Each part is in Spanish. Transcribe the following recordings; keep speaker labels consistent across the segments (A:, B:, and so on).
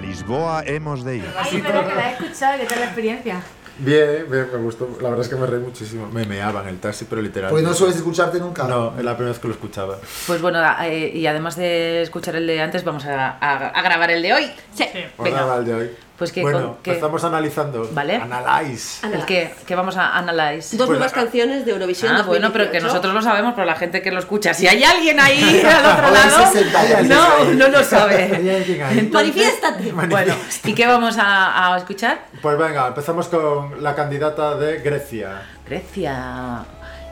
A: Lisboa hemos de ir.
B: Ay, es verdad que la he escuchado, ¿qué tal la experiencia?
C: Bien, bien, me gustó. La verdad es que me reí muchísimo. Me meaba en el taxi, pero literal.
D: Pues no sueles escucharte nunca.
C: No, es la primera vez que lo escuchaba.
E: Pues bueno, a- eh, y además de escuchar el de antes, vamos a, a- a grabar el de hoy. Sí.
C: Pues
E: Venga.
C: nada, el de hoy.
E: Pues que
C: bueno,
E: con- que-
C: estamos analizando.
E: Vale.
C: Analyze.
E: El que, que vamos a analizar.
F: Dos
C: Pues
F: nuevas
C: la-
F: canciones de Eurovisión.
E: Ah, bueno, pero que
F: 2018.
E: nosotros lo sabemos, pero la gente que lo escucha, si hay alguien ahí al otro
D: Ahora
E: lado,
D: sí se calla,
E: no,
D: sí se
E: no lo sabe.
C: Pues
F: ¡Manifiéstate!
E: Bueno, ¿y qué vamos a, a escuchar?
C: Pues venga, empezamos con la candidata de Grecia.
E: Grecia,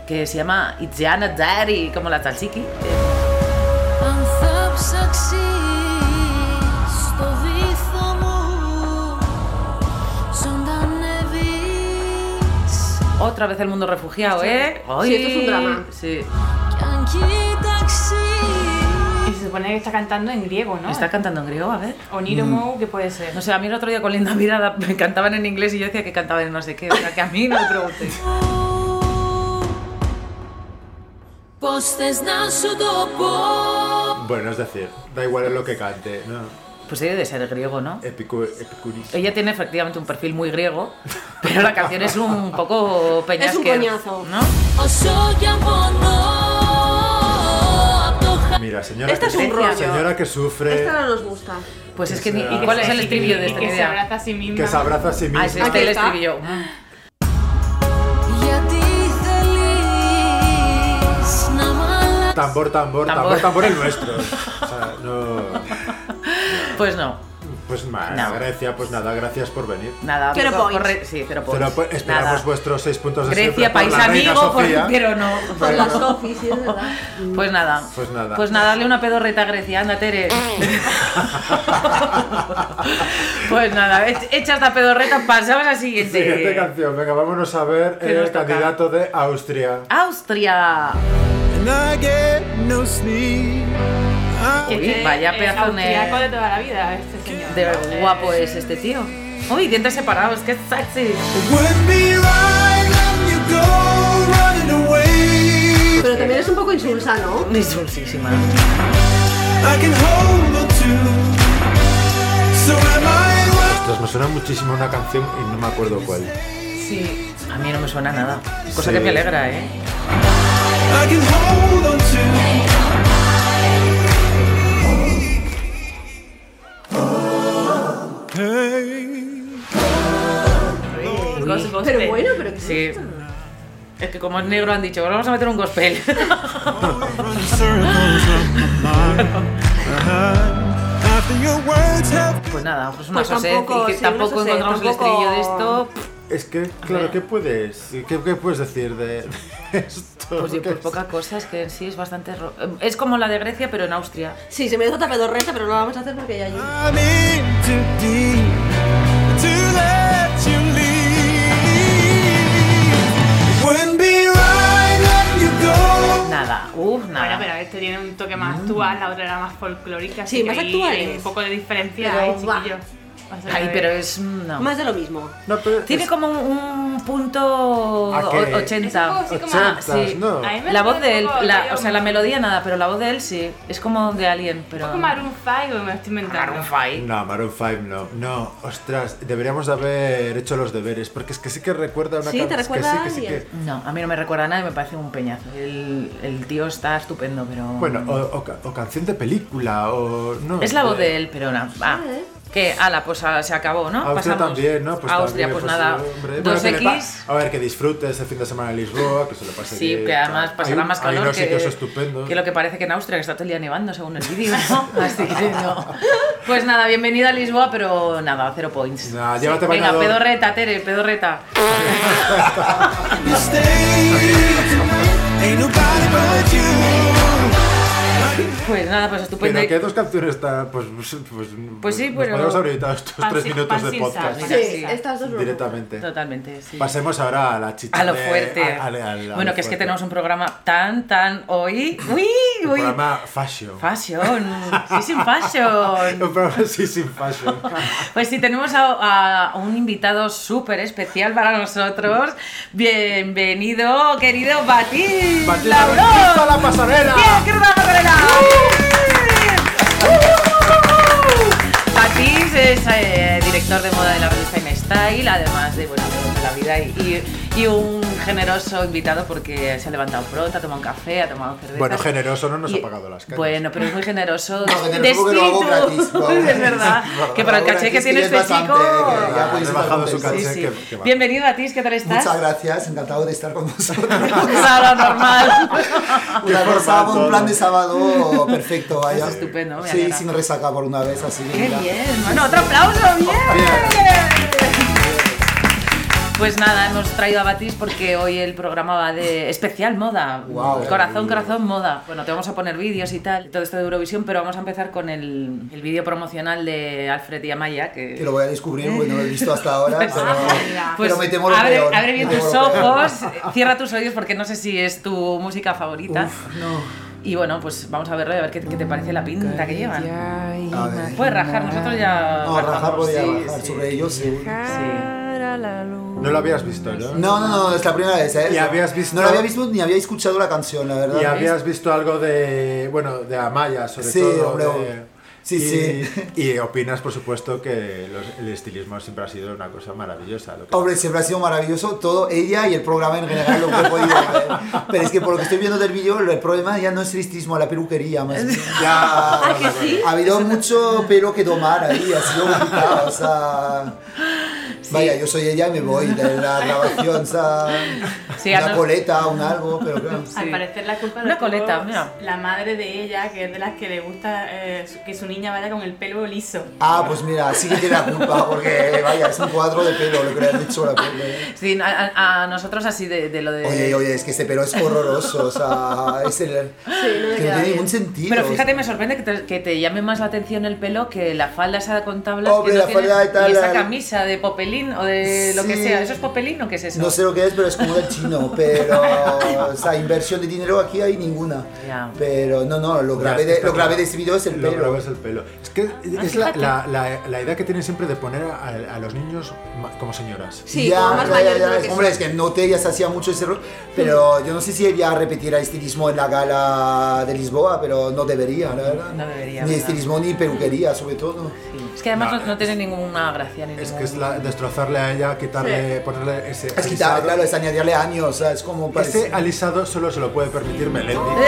E: que se llama Itziana Dari, como la tzatziki. Eh,
G: Αν θα ψάξεις το βήθο μου Ζωντανεύεις
E: Otra vez el mundo refugiado, ¿eh? Ay,
F: Sí, esto es un drama.
E: Sí.
G: Κι αν κοιτάξεις
B: Y se supone que está cantando en griego, ¿no?
E: Está cantando en griego, a ver.
B: Oniromou, ¿qué puede ser?
E: No sé, a mí el otro día con Linda Mirada me cantaban en inglés y yo decía que cantaban en no sé qué, o sea que a mí no me preguntes.
G: Πώς θες να σου το πω
C: Bueno, es decir, da igual en lo que cante, ¿no?
E: Pues debe de ser griego, ¿no?
C: Epicu epicurismo.
E: Ella tiene efectivamente un perfil muy griego, pero la canción es un poco peñasquera.
F: coñazo.
E: ¿no?
G: Όσο κι αν πονώ απ' το χα-
C: Mira, señora,
F: Esta
C: que
F: es un
C: sufre,
F: rollo.
C: señora que sufre,
F: Esta no nos gusta.
E: Pues es que, ni-
C: Y
E: ¿y
C: que
E: cuál
B: se-
E: es el estribillo de
B: y
E: esta
B: Que se
E: idea?
B: abraza a sí misma.
C: que se abraza a sí misma.
E: Ah, es este el
F: está.
E: estribillo.
G: Γιατί θέλεις να μ' αλλάξεις
C: Tambor, tambor,
E: Tambor.
C: tambor, tambor el nuestro. O sea, no.
E: Pues no,
C: Pues más,
E: No.
C: Grecia, pues nada, gracias por venir.
E: nada.
F: Cero
E: por-
F: points.
E: corre- sí, cero points.
C: Pero pues, esperamos
E: Nada.
C: vuestros seis puntos de siempre
E: Grecia,
C: por
E: país
C: la reina
E: amigo, por-
C: Sofía.
E: pero no.
F: Por
C: Bueno.
F: las Sofi, sí, es verdad.
E: Pues nada.
C: Pues nada.
E: Pues nada, dale una pedorreta a Grecia, anda, Tere. pues nada, ech- echa esta pedorreta, pasamos a la siguiente.
C: Siguiente canción, venga, vámonos a ver
E: ¿Qué nos
C: el
E: toca?
C: candidato de Austria.
E: Austria.
H: And I get no sleep. I-
B: Que
E: Uy,
B: este
E: vaya
B: es
E: pedazo de-
B: austriaco de toda la vida, este señor.
E: De guapo es este tío. Uy, dientes separados, qué sexy.
H: It would be right letting you go, running away.
F: Pero también es un poco insulsa, ¿no?
E: Insulsísima.
H: I can hold on to. So am I right?
C: Ostras, me suena muchísimo una canción y no me acuerdo cuál.
E: Sí. A mí no me suena nada. Cosa
C: Sí.
E: que me alegra, ¿eh?
H: I can hold on to. Hey.
E: Gos- gospel.
F: Pero bueno, pero que
E: Sí. Es que como es negro han dicho, "Bueno, vamos a meter un gospel.
H: Running circles around my mind. Uh-huh. After your words have
E: Pues nada, pues una
F: Pues
E: sosed,
F: tampoco,
E: y que
F: sí, una
E: tampoco
F: sosed,
E: encontramos
F: tampoco-
E: el estribillo de esto.
C: Es que, claro, ¿qué puedes, qué, qué puedes decir de de esto?
E: Pues, yo,
C: ¿Qué
E: pues
C: es?
E: poca cosa, es que en sí es bastante... ro- Es como la de Grecia, pero en Austria.
F: Sí, se me hizo otra pedorreta, pero no la vamos a hacer porque ya hay.
H: I'm in too deep to let you leave. Wouldn't be right letting you go.
E: Nada, uff,
B: Bueno,
E: nada.
B: pero este tiene un toque
E: Mm.
B: más actual, la otra era más folclórica. así
F: Sí,
B: que
F: más
B: ahí
F: actual
B: hay
F: es.
B: Un poco de diferencia
F: Pero,
B: ahí,
F: buah.
B: chiquillo. O sea,
E: Ay,
B: que-
E: pero es... mm, No.
F: Más de lo mismo.
C: No, pero
E: Tiene
C: es
E: como un punto
C: ¿A qué?
E: o-
B: Es
E: 80.
B: un poco así como-
E: Ah,
C: ochentas,
E: sí.
C: ¿no?
B: A mí me suena
E: La voz
B: un
E: de él,
B: poco,
E: la-
B: creo,
E: o sea, la
B: un-
E: melodía nada, pero la voz de él sí. Es como de alguien, pero...
B: Un poco Maroon 5, me lo estoy inventando.
E: Maroon five.
C: No, Maroon 5 no. No, ostras, deberíamos de haber hecho los deberes, porque es que sí que recuerda una
F: Sí,
C: can-
F: te recuerda
C: que sí, que sí,
F: a
C: que-
F: alguien.
E: No, a mí no me recuerda a nada y me parece un peñazo. El, el tío está estupendo, pero...
C: Bueno, o, o ca- o canción de película, o... No,
E: Es la voz
C: eh,
E: de él, pero nada. Ah, que ala, pues ah, se acabó, ¿no?
C: Austria
E: Pasamos
C: también, ¿no?
E: a Austria,
C: también,
E: pues, nada.
C: hombre, bueno, que le pa-
E: 2X.
C: a ver, que disfrute ese fin de semana en Lisboa, que se lo pase
E: Sí,
C: bien.
E: que además
C: Hay
E: pasará
C: un-
E: más
C: Hay
E: calor
C: unos
E: que,
C: sitios estupendos.
E: que lo que parece que en Austria, que está todo el día nevando según el vídeo, ¿no? Así que no. Pues nada, bienvenida a Lisboa, pero nada, cero points.
C: Nah, llévate
E: Venga,
C: bañador.
E: pedorreta, Tere, pedorreta.
H: You stay tonight. Ain't nobody but you.
E: Pues nada, pues estupendo.
C: Pero que dos canciones están... Pues, pues, pues,
E: Pues sí,
C: nos
E: pero-
C: podemos haber evitado estos
B: Pan
C: tres
B: sin-
C: minutos
B: pan
C: de
B: sin
C: podcast.
B: sal.
E: Mira, sí.
F: estas dos no.
C: Directamente.
E: Totalmente, sí.
C: Pasemos ahora a la chicha
E: A lo
C: de-
E: fuerte.
C: Eh, a- a- a- a lo
E: bueno, que es que
C: fuerte.
E: tenemos un programa tan, tan hoy. ¡Uy,
C: Un
E: uy!
C: programa fashion.
E: Fashion. Sí, sin fashion.
C: Un programa sí sin fashion.
E: Pues sí, tenemos a, a un invitado súper especial para nosotros. Bienvenido, querido Batín.
C: Batín,
E: Laurón.
C: ¡viva la pasarela!
E: ¡Bien, querida pasarela! Batís es eh, director de moda de la revista InStyle, además de, bueno, de la vida y, y- y un generoso invitado porque se ha levantado pronto, ha tomado un café, ha tomado cerveza.
C: Bueno, generoso no nos
E: Y-
C: ha pagado las cañas.
E: Bueno, pero es muy generoso.
D: No, generoso
E: de
D: porque lo hago
E: espíritu.
D: gratis, lo hago
E: es
D: gratis.
E: verdad.
D: Lo hago
E: que para el caché
D: gratis,
E: que
D: que
E: tiene
D: ya es
E: este
D: bastante,
E: chico.
D: que
C: Ah,
D: ya puedes
C: Rebajamos su
D: bastante,
E: Sí,
C: caché.
E: sí.
C: que- que va.
E: Bienvenido a ti, ¿qué tal estás?
D: Muchas gracias, encantado de estar con vosotros.
E: Claro, normal.
D: Una
C: formal
D: vez sábado,
C: todo.
D: un plan de sábado perfecto, vaya.
E: Es estupendo, me
D: Sí,
E: alegra.
D: sin resaca por una vez, así que
E: ¡Qué
D: mira.
E: bien! Bueno, otro aplauso, bien. Pues nada, hemos traído a Batis porque hoy el programa va de especial moda.
D: Guau.
E: corazón, corazón, moda. Bueno, te vamos a poner vídeos y tal, todo esto de Eurovisión, pero vamos a empezar con el, el vídeo promocional de Alfred y Amaya, que...
D: Que lo voy a descubrir porque no lo he visto hasta ahora. pero,
B: mira.
E: Pues
D: pero me temo lo
E: abre,
D: peor,
E: abre
D: me
E: bien
D: temo
E: tus
D: lo peor.
E: ojos, cierra tus oídos porque no sé si es tu música favorita.
D: Uf, no.
E: Y bueno, pues vamos a verlo y a ver qué, qué te parece la pinta que llevan.
D: A ver.
E: Puedes rajar, nosotros ya.
D: No, rajar
E: rajamos,
D: voy a
E: sí,
D: rajar
E: sí.
D: sobre ellos, sí.
E: Sí.
C: No lo habías visto, ¿no?
D: No, no, no, es la primera vez, ¿eh?
C: ¿Y habías visto-
D: No la había visto ni había escuchado la canción, la verdad.
C: Y habías visto algo de, bueno, de Amaya, sobre
D: Sí,
C: todo.
D: hombre,
C: de-
D: sí,
C: y,
D: sí.
C: Y opinas, por supuesto, que los- el estilismo siempre ha sido una cosa maravillosa. lo que-
D: Hombre, siempre ha sido maravilloso todo, ella y el programa en general, lo que he podido ver. Pero es que por lo que estoy viendo del vídeo, el problema ya no es tristismo, la peluquería más bien. Ya,
F: ¿Ah, que sí?
D: Ha habido mucho pelo que tomar ahí, ha sido complicado, o sea... Vaya, yo soy ella y me voy de la grabación, o sea...
E: Sí, a
D: una
E: no-
D: coleta, un algo, pero claro.
E: Sí.
B: Al parecer la culpa
E: Una
B: la tuvo
E: coleta, mira.
B: la madre de ella, que es de las que le gusta eh, su- que su niña vaya con el pelo liso.
D: Ah, pues mira, sí que tiene la culpa, porque vaya, es un cuadro de pelo lo que le han dicho a la pobre.
E: Sí, a, a- a nosotros así de, de lo de.
D: Oye, oye, es que este pelo es horroroso, o sea, es el...
F: Sí, no me
D: que no
F: queda
D: tiene
F: bien.
D: ningún sentido.
E: Pero
D: o
E: fíjate,
D: sea.
E: me sorprende que te, que te llame más la atención el pelo que la falda esa con tablas
D: Hombre,
E: que no
D: la falda
E: tiene-
D: y tal,
E: y esa
D: la-
E: camisa de popelín o de lo que
D: Sí.
E: sea. ¿Eso es popelín o qué es eso?
D: No sé lo que es, pero es como del chino, pero... O sea, inversión de dinero aquí hay ninguna.
E: Ya.
D: Pero no, no, lo grave, de, lo grave de este video es el
C: Lo
D: pelo.
C: grave es el pelo. Es que es la, la, la- la idea que tienen siempre de poner a, a los niños ma- como señoras.
F: Sí, Mm. como más mayores de lo que
D: Hombre,
F: son.
D: es que noté, ya se hacía mucho ese error, pero yo no sé si ella repetirá estilismo este en la gala de Lisboa, pero no debería, la verdad.
E: No debería,
D: Ni
E: ¿verdad?
D: estilismo ni peluquería, sobre todo.
E: Sí. Es que además no,
C: No,
E: no tiene ninguna gracia ni
C: Es
E: ningún-
C: que es la- destrozarle a ella, quitarle, ponerle ese
D: Es quitar,
C: alisado.
D: claro, es añadirle años, o sea, es como
C: Ese
D: parece...
C: alisado solo se lo puede permitir Melendi.
D: Bueno,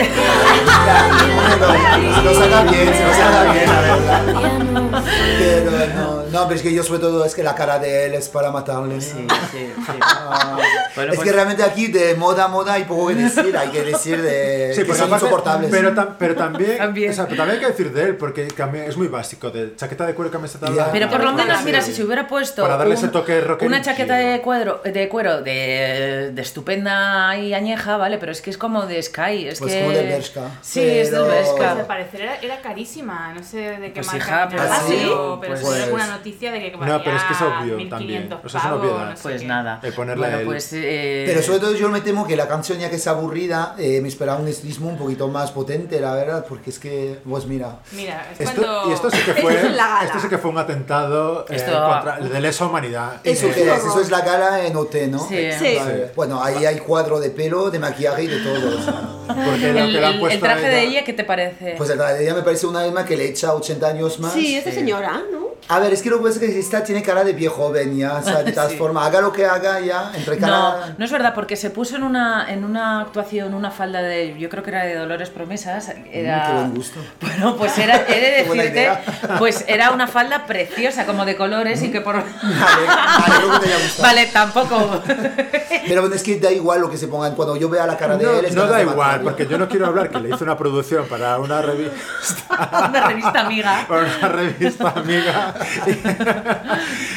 D: se lo saca bien, se lo saca bien, la verdad.
G: Ya no
D: Pero no, no, pero es que yo sobre todo es que la cara de él es para matarle.
E: Sí, sí, sí.
D: Ah,
E: Bueno,
D: es
E: pues-
D: que realmente aquí de moda, moda hay poco que decir, hay que decir de Eh,
C: porque
D: que son
C: pues aparte-
D: insoportables.
C: Pero, tam- pero también,
E: También.
C: o sea, pero también hay que decir de él, porque cami- es muy básico, de chaqueta de cuero, camiseta
D: Ya.
C: blanca.
E: Pero por lo
D: Claro,
E: menos,
D: sí.
E: mira, si se hubiera puesto
C: Para darle ese toque rockero.
E: una chaqueta de cuero, de cuero de, de estupenda y añeja, vale, pero es que es como de Sky, es
D: Pues
E: que
D: como de Bershka.
E: Sí, es de
D: Pero-
B: Pues
E: Bershka.
B: al parecer era, era carísima, no sé de qué
E: Pues hija,
B: marca ni
E: pues
B: nada,
D: sí,
B: pero, pero
E: pues-
B: salió alguna noticia de que valía
C: No, pero es que es obvio
B: 1500
C: también. O sea, es una
B: pavos,
C: obviedad.
B: no sé
E: Pues
B: qué.
E: nada.
C: De ponerle
E: bueno,
C: a él.
E: pues eh,
D: Pero sobre todo yo me temo que la canción ya que es aburrida, eh, me esperaba un estilismo un poquito más potente, la verdad, porque es que, pues mira,
B: Mira, es
C: Esto,
B: cuando...
C: y esto sí que fue,
F: Esto es la gala.
C: esto sí que fue un atentado eh,
E: Esto-
C: contra, de lesa humanidad.
D: eso
C: Eh,
D: que es, eso es la gala en OT, ¿no?
E: Sí.
F: Sí.
D: Vale. Bueno, ahí hay cuadro de pelo, de maquillaje y de todo. o sea.
C: porque
E: el,
C: lo que le han
E: el- el
C: puesto
E: traje
C: a
E: de ella, ¿qué te parece?
D: Pues la de ella me parece una alma que le echa 80 años más.
F: Sí, esta señora, ¿no?
D: A ver, es que lo que pasa es que esta tiene cara de viejo, ven ya, o sea, de todas
E: Sí.
D: formas, haga lo que haga ya, entre cara...
E: No, no es verdad, porque se puso en una, en una actuación una falda de, yo creo que era de Dolores Promesas, era...
D: Mm, qué buen gusto.
E: Bueno, pues era, he de
D: Qué buena
E: decirte,
D: idea.
E: pues era una falda preciosa, como de colores y que por...
D: Vale, vale, creo que te haya gustado.
E: Vale, tampoco.
D: Pero bueno, es que da igual lo que se pongan, cuando yo vea la cara de
C: No,
D: él... es
C: no
D: ganas
C: da
D: de
C: igual,
D: matarlo.
C: porque yo no quiero hablar que le hizo una producción para una revista,
E: Una revista amiga.
C: para una revista amiga.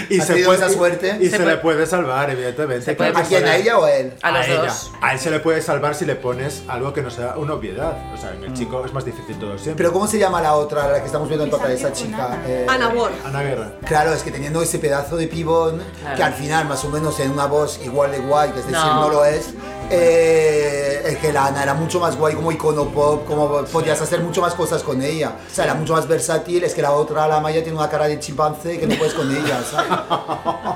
C: Y,
D: Ha tenido esa suerte.
C: Y
E: Se
C: se,
E: puede-
C: le puede salvar, evidentemente.
E: Se puede
D: ¿A quién, a ella o a él?
E: A los
C: ella.
E: dos.
C: A él se le puede salvar si le pones algo que no sea una obviedad. O sea, en el chico es más difícil todo siempre.
D: Pero ¿cómo se llama la otra, la que estamos viendo en pantalla, esa chica?
E: Ah,
D: Eh,
F: Ana Ward.
C: Ana Guerra.
D: Claro, es que teniendo ese pedazo de pibón,
E: Claro.
D: que al final más o menos en una voz igual de guay, que es decir,
E: No.
D: no, lo es, eh, es que la Ana era mucho más guay como icono pop, como podías hacer mucho más cosas con ella. O sea, era mucho más versátil. Es que la otra, la Maya, tiene una cara de chimpancé que no puedes con ella, ¿sabes?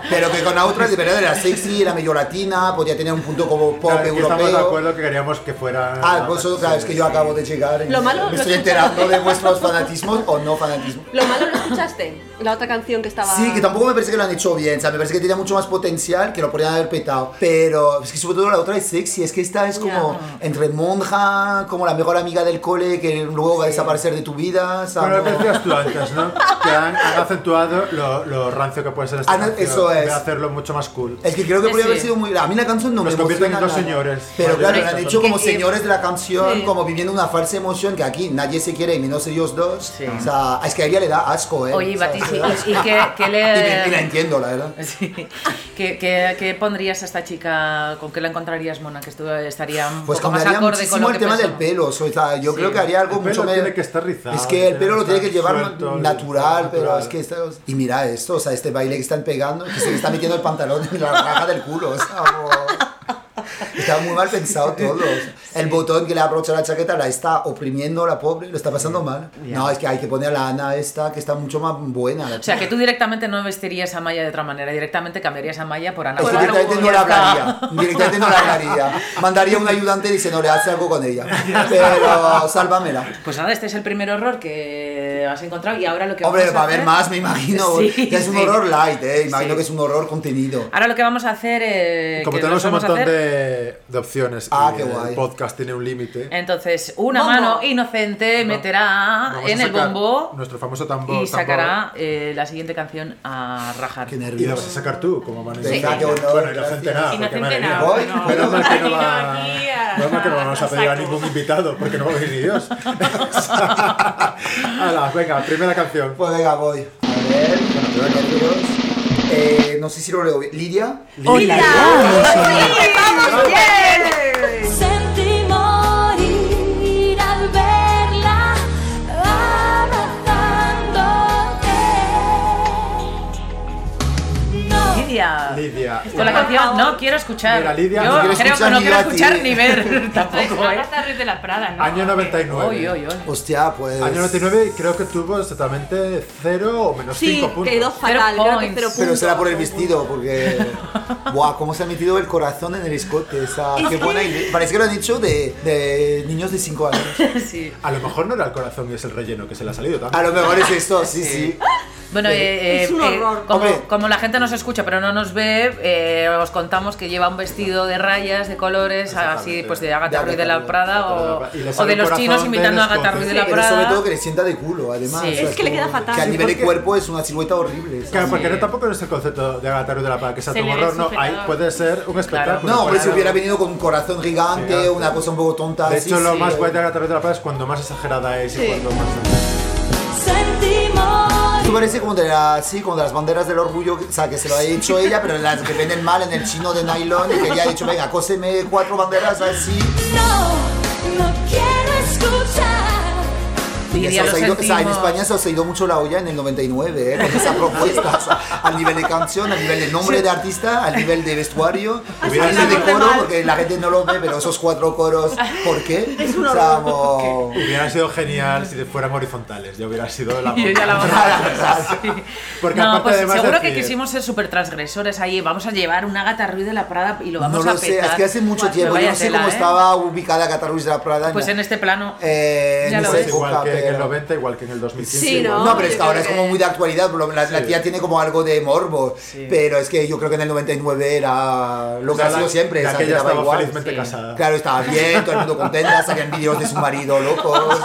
D: Pero que con la otra, de verdad, era sexy, era medio latina, podía tener un punto como pop
C: Claro, aquí estamos de
D: europeo.
C: acuerdo que queríamos que fuera.
D: Ah, pues eso, claro, es que yo
C: Sí.
D: acabo de llegar y
F: Lo malo,
D: me
F: lo
D: estoy
F: escuchas-
D: enterando de vuestros fanatismos o no fanatismos.
F: Lo malo lo escuchaste. La otra canción que estaba.
D: Sí, que tampoco me parece que lo han hecho bien, o sea, me parece que tenía mucho más potencial que lo podrían haber petado. Pero es que sobre todo la otra es sexy, es que esta es como entre monja, como la mejor amiga del cole que luego va a desaparecer de tu vida,
C: Bueno,
D: ¿sabes?
C: lo que decías tú antes, ¿no? Que han, han acentuado lo, lo rancio que puede ser esta
D: Ah, no,
C: canción,
D: eso
C: de
D: es.
C: hacerlo mucho más cool.
D: Es que creo que
E: Sí,
D: podría haber
E: sí.
D: sido muy... A mí la canción no
C: Nos
D: me
C: convierten
D: emociona
C: en dos
D: nada.
C: señores.
D: Pero claro, la han
E: Correcto.
D: hecho como
E: Y- y-
D: señores de la canción,
E: Sí.
D: como viviendo una falsa emoción que aquí nadie se quiere, y menos ellos dos.
E: Sí.
D: O sea, es que a ella le da asco, ¿eh?
E: Oye,
D: O sea,
E: Batisi,
D: le da asco.
E: ¿y, y qué, qué
D: Y me- y la
E: le...?
D: entiendo, la verdad.
E: Sí. ¿Qué, qué, qué pondrías a esta chica? ¿Con qué la encontraría Mona? Que estuvo, estaría un
D: Pues
E: poco más
D: cambiaría
E: acorde con lo
D: muchísimo el
E: que
D: tema
E: pensamos.
D: del pelo. o sea, yo creo que haría algo
C: El pelo
D: mucho
C: tiene que estar rizado,
D: Es que el
C: tiene
D: pelo
C: que
D: lo tiene que
C: estar
D: llevar
C: suelto,
D: natural, pero
C: natural.
D: es que está- Y mira esto, o sea, este baile que están pegando, que se le está metiendo el pantalón en la raja del culo, o sea, como- Está muy mal pensado todo. o sea, El botón que le abrocha la chaqueta la está oprimiendo la pobre, lo está pasando mal. No, es que hay que poner a la Ana esta, que está mucho más buena. la
E: O sea,
D: tía.
E: que tú directamente no vestirías a Maya de otra manera, directamente cambiarías a Maya por Ana.
D: Es que
E: Bárbara
D: directamente no la
E: Gurriaga.
D: hablaría. Directamente no la hablaría. Mandaría un ayudante diciéndole, hace algo con ella. Pero sálvamela.
E: Pues nada, este es el primer horror que has encontrado y ahora lo que
D: Hombre,
E: vamos a
D: va a haber
E: hacer-
D: más, me imagino.
E: Sí,
D: que es un
E: sí.
D: horror light, eh. Imagino
E: Sí.
D: que es un horror contenido.
E: Ahora lo que vamos a hacer eh,
C: Como
E: que
C: tenemos
E: nos
C: un
E: vamos a
C: montón
E: hacer-
C: de, de opciones
D: Ah,
C: y
D: qué guay.
C: el podcast tiene un límite,
E: Entonces, una
F: Bombo.
E: mano inocente meterá
C: vamos a
E: en el
C: sacar
E: bombo
C: nuestro famoso tambor.
E: y sacará eh, la siguiente canción a rajar.
D: Qué
C: tambor. Y la vas a
D: nervios.
C: sacar tú, como mano
D: Venga,
C: inocente.
D: qué honor,
C: Bueno, inocente
D: gracias.
C: nada. porque
B: Inocente
C: madre mía.
B: nada. pues
D: Voy,
B: no.
C: Menos mal que no, va-
B: Aquí a-
C: menos mal que no vamos a pedir a
B: saco.
C: ningún invitado, porque no va a venir ni Dios. Hala, venga, primera canción.
D: Pues venga, voy. A ver, bueno, primero que Dios. Eh, no sé si lo leo bien. Lidia.
G: Sentí morir al verla abrazándote. No.
E: Lidia.
C: Lidia.
E: Con la canción no quiero escuchar.
C: Mira, Lidia,
E: Yo
C: no
E: creo
C: quiero
E: que
D: escuchar
E: no
D: ni
E: quiero
D: a ti.
E: escuchar ni ver
B: Pues
E: tampoco, ¿eh?
B: Agatha Ruiz de las Pradas, ¿no?
C: Año 99.
E: Oy, oy, oy.
D: Hostia, pues.
C: Año 99 creo que tuvo exactamente 0 o menos
F: Sí,
C: 5 puntos.
F: quedó fatal.
E: Cero
F: Creo que
E: points.
F: cero
D: Pero
F: puntos.
D: será por el vestido, porque. Buah, cómo se ha metido el corazón en el escote. Esa, qué buena idea. Parece que lo han hecho de, de niños de 5 años.
E: Sí.
C: A lo mejor no era el corazón y es el relleno que se le ha salido también.
D: A lo mejor es esto, sí, sí.
E: Bueno, eh,
F: Es
E: eh,
F: un
E: eh,
F: horror.
E: como,
D: Hombre.
E: como la gente nos escucha pero no nos ve, eh, os contamos que lleva un vestido de rayas, de colores, así pues de Agatha
D: De
E: Ruiz de la
D: Agatha
E: Prada o,
C: Ruiz. Y le
E: o
C: sale
E: de
C: el
E: los
C: corazón
E: chinos
C: del
E: imitando a Agatha
C: escote.
E: Ruiz de
C: Sí,
E: la
D: Pero sobre todo
E: Prada.
D: que le sienta de culo, además.
E: Sí.
D: o sea,
E: Es
F: que le
D: como-
F: queda fatal.
D: Que a
C: Sí,
D: nivel de
C: porque-
D: cuerpo es una silueta horrible. ¿sabes?
C: Claro, porque
E: Sí.
C: no tampoco es el concepto de Agatha Ruiz de la Paz que sea
B: Se
C: un
B: le ve
C: horror, no.
B: superado.
C: Ahí puede ser un espectáculo.
E: Claro.
D: No, hombre, si
C: Puede
D: hubiera
C: ser-
D: venido con un corazón gigante,
C: Gigante.
D: una cosa un poco tonta.
C: De
D: sí,
C: hecho, lo
D: sí,
C: más
D: eh.
C: guay de Agatha Ruiz de la Paz es cuando más exagerada es y
F: Sí.
C: cuando más.
G: Sentí
D: Esto
G: morir
D: parece como de, la, sí, como de las banderas del orgullo, o sea, que se lo ha hecho ella, pero las que venden mal en el chino de nylon y que ella ha dicho, venga, cóseme cuatro banderas así.
G: No, no quiero escuchar.
E: Lidia,
D: Eso
E: lo
D: se ha ido- o sea, en
E: sentimos.
D: España se os ha ido mucho la olla en el 99, ¿eh? con esa propuesta, o sea, al nivel de canción, al nivel de nombre de artista, al nivel de vestuario, al
C: Hubiera
D: nivel de
F: sido-
D: coro, porque la gente no lo ve, pero esos cuatro coros, ¿por qué? Es un horror.
C: Hubiera sido genial si fueran horizontales, ya hubiera sido la
E: Y ella la
C: bomba.
E: va a sí.
C: Porque
E: No,
C: aparte
E: pues
C: además
E: seguro
C: decir-
E: que quisimos ser súper transgresores ahí. Vamos a llevar una gata Ruiz de la Prada y lo
D: No
E: vamos a
D: lo
E: petar.
D: sé, es que hace mucho
E: Guau,
D: tiempo, yo
E: vaya
D: no sé
E: tela,
D: cómo
E: ¿eh?
D: estaba ubicada Catarruiz de la Prada.
E: Pues
D: no.
E: en este plano.
D: Eh,
E: Ya
D: en
E: lo
D: esa
E: ves.
C: Es igual
D: época,
C: que, que el
D: pero-
C: 90, igual que en el 2015.
F: Sí,
C: igual.
F: ¿no?
D: No, pero es
F: Yo
D: que ahora
F: creo
D: es como
F: que-
D: muy de actualidad, pero la, la
C: Sí.
D: tía tiene como algo de morbo, pero es que yo creo que en el 99 era lo
C: O
D: que
C: sea,
D: ha sido
C: la-
D: siempre,
C: la
D: esa
C: que
D: que
C: ella
D: daba
C: estaba
D: igual.
C: felizmente
E: Sí.
C: casada.
D: Claro, estaba bien, todo el mundo contenta, salían vídeos de su marido locos.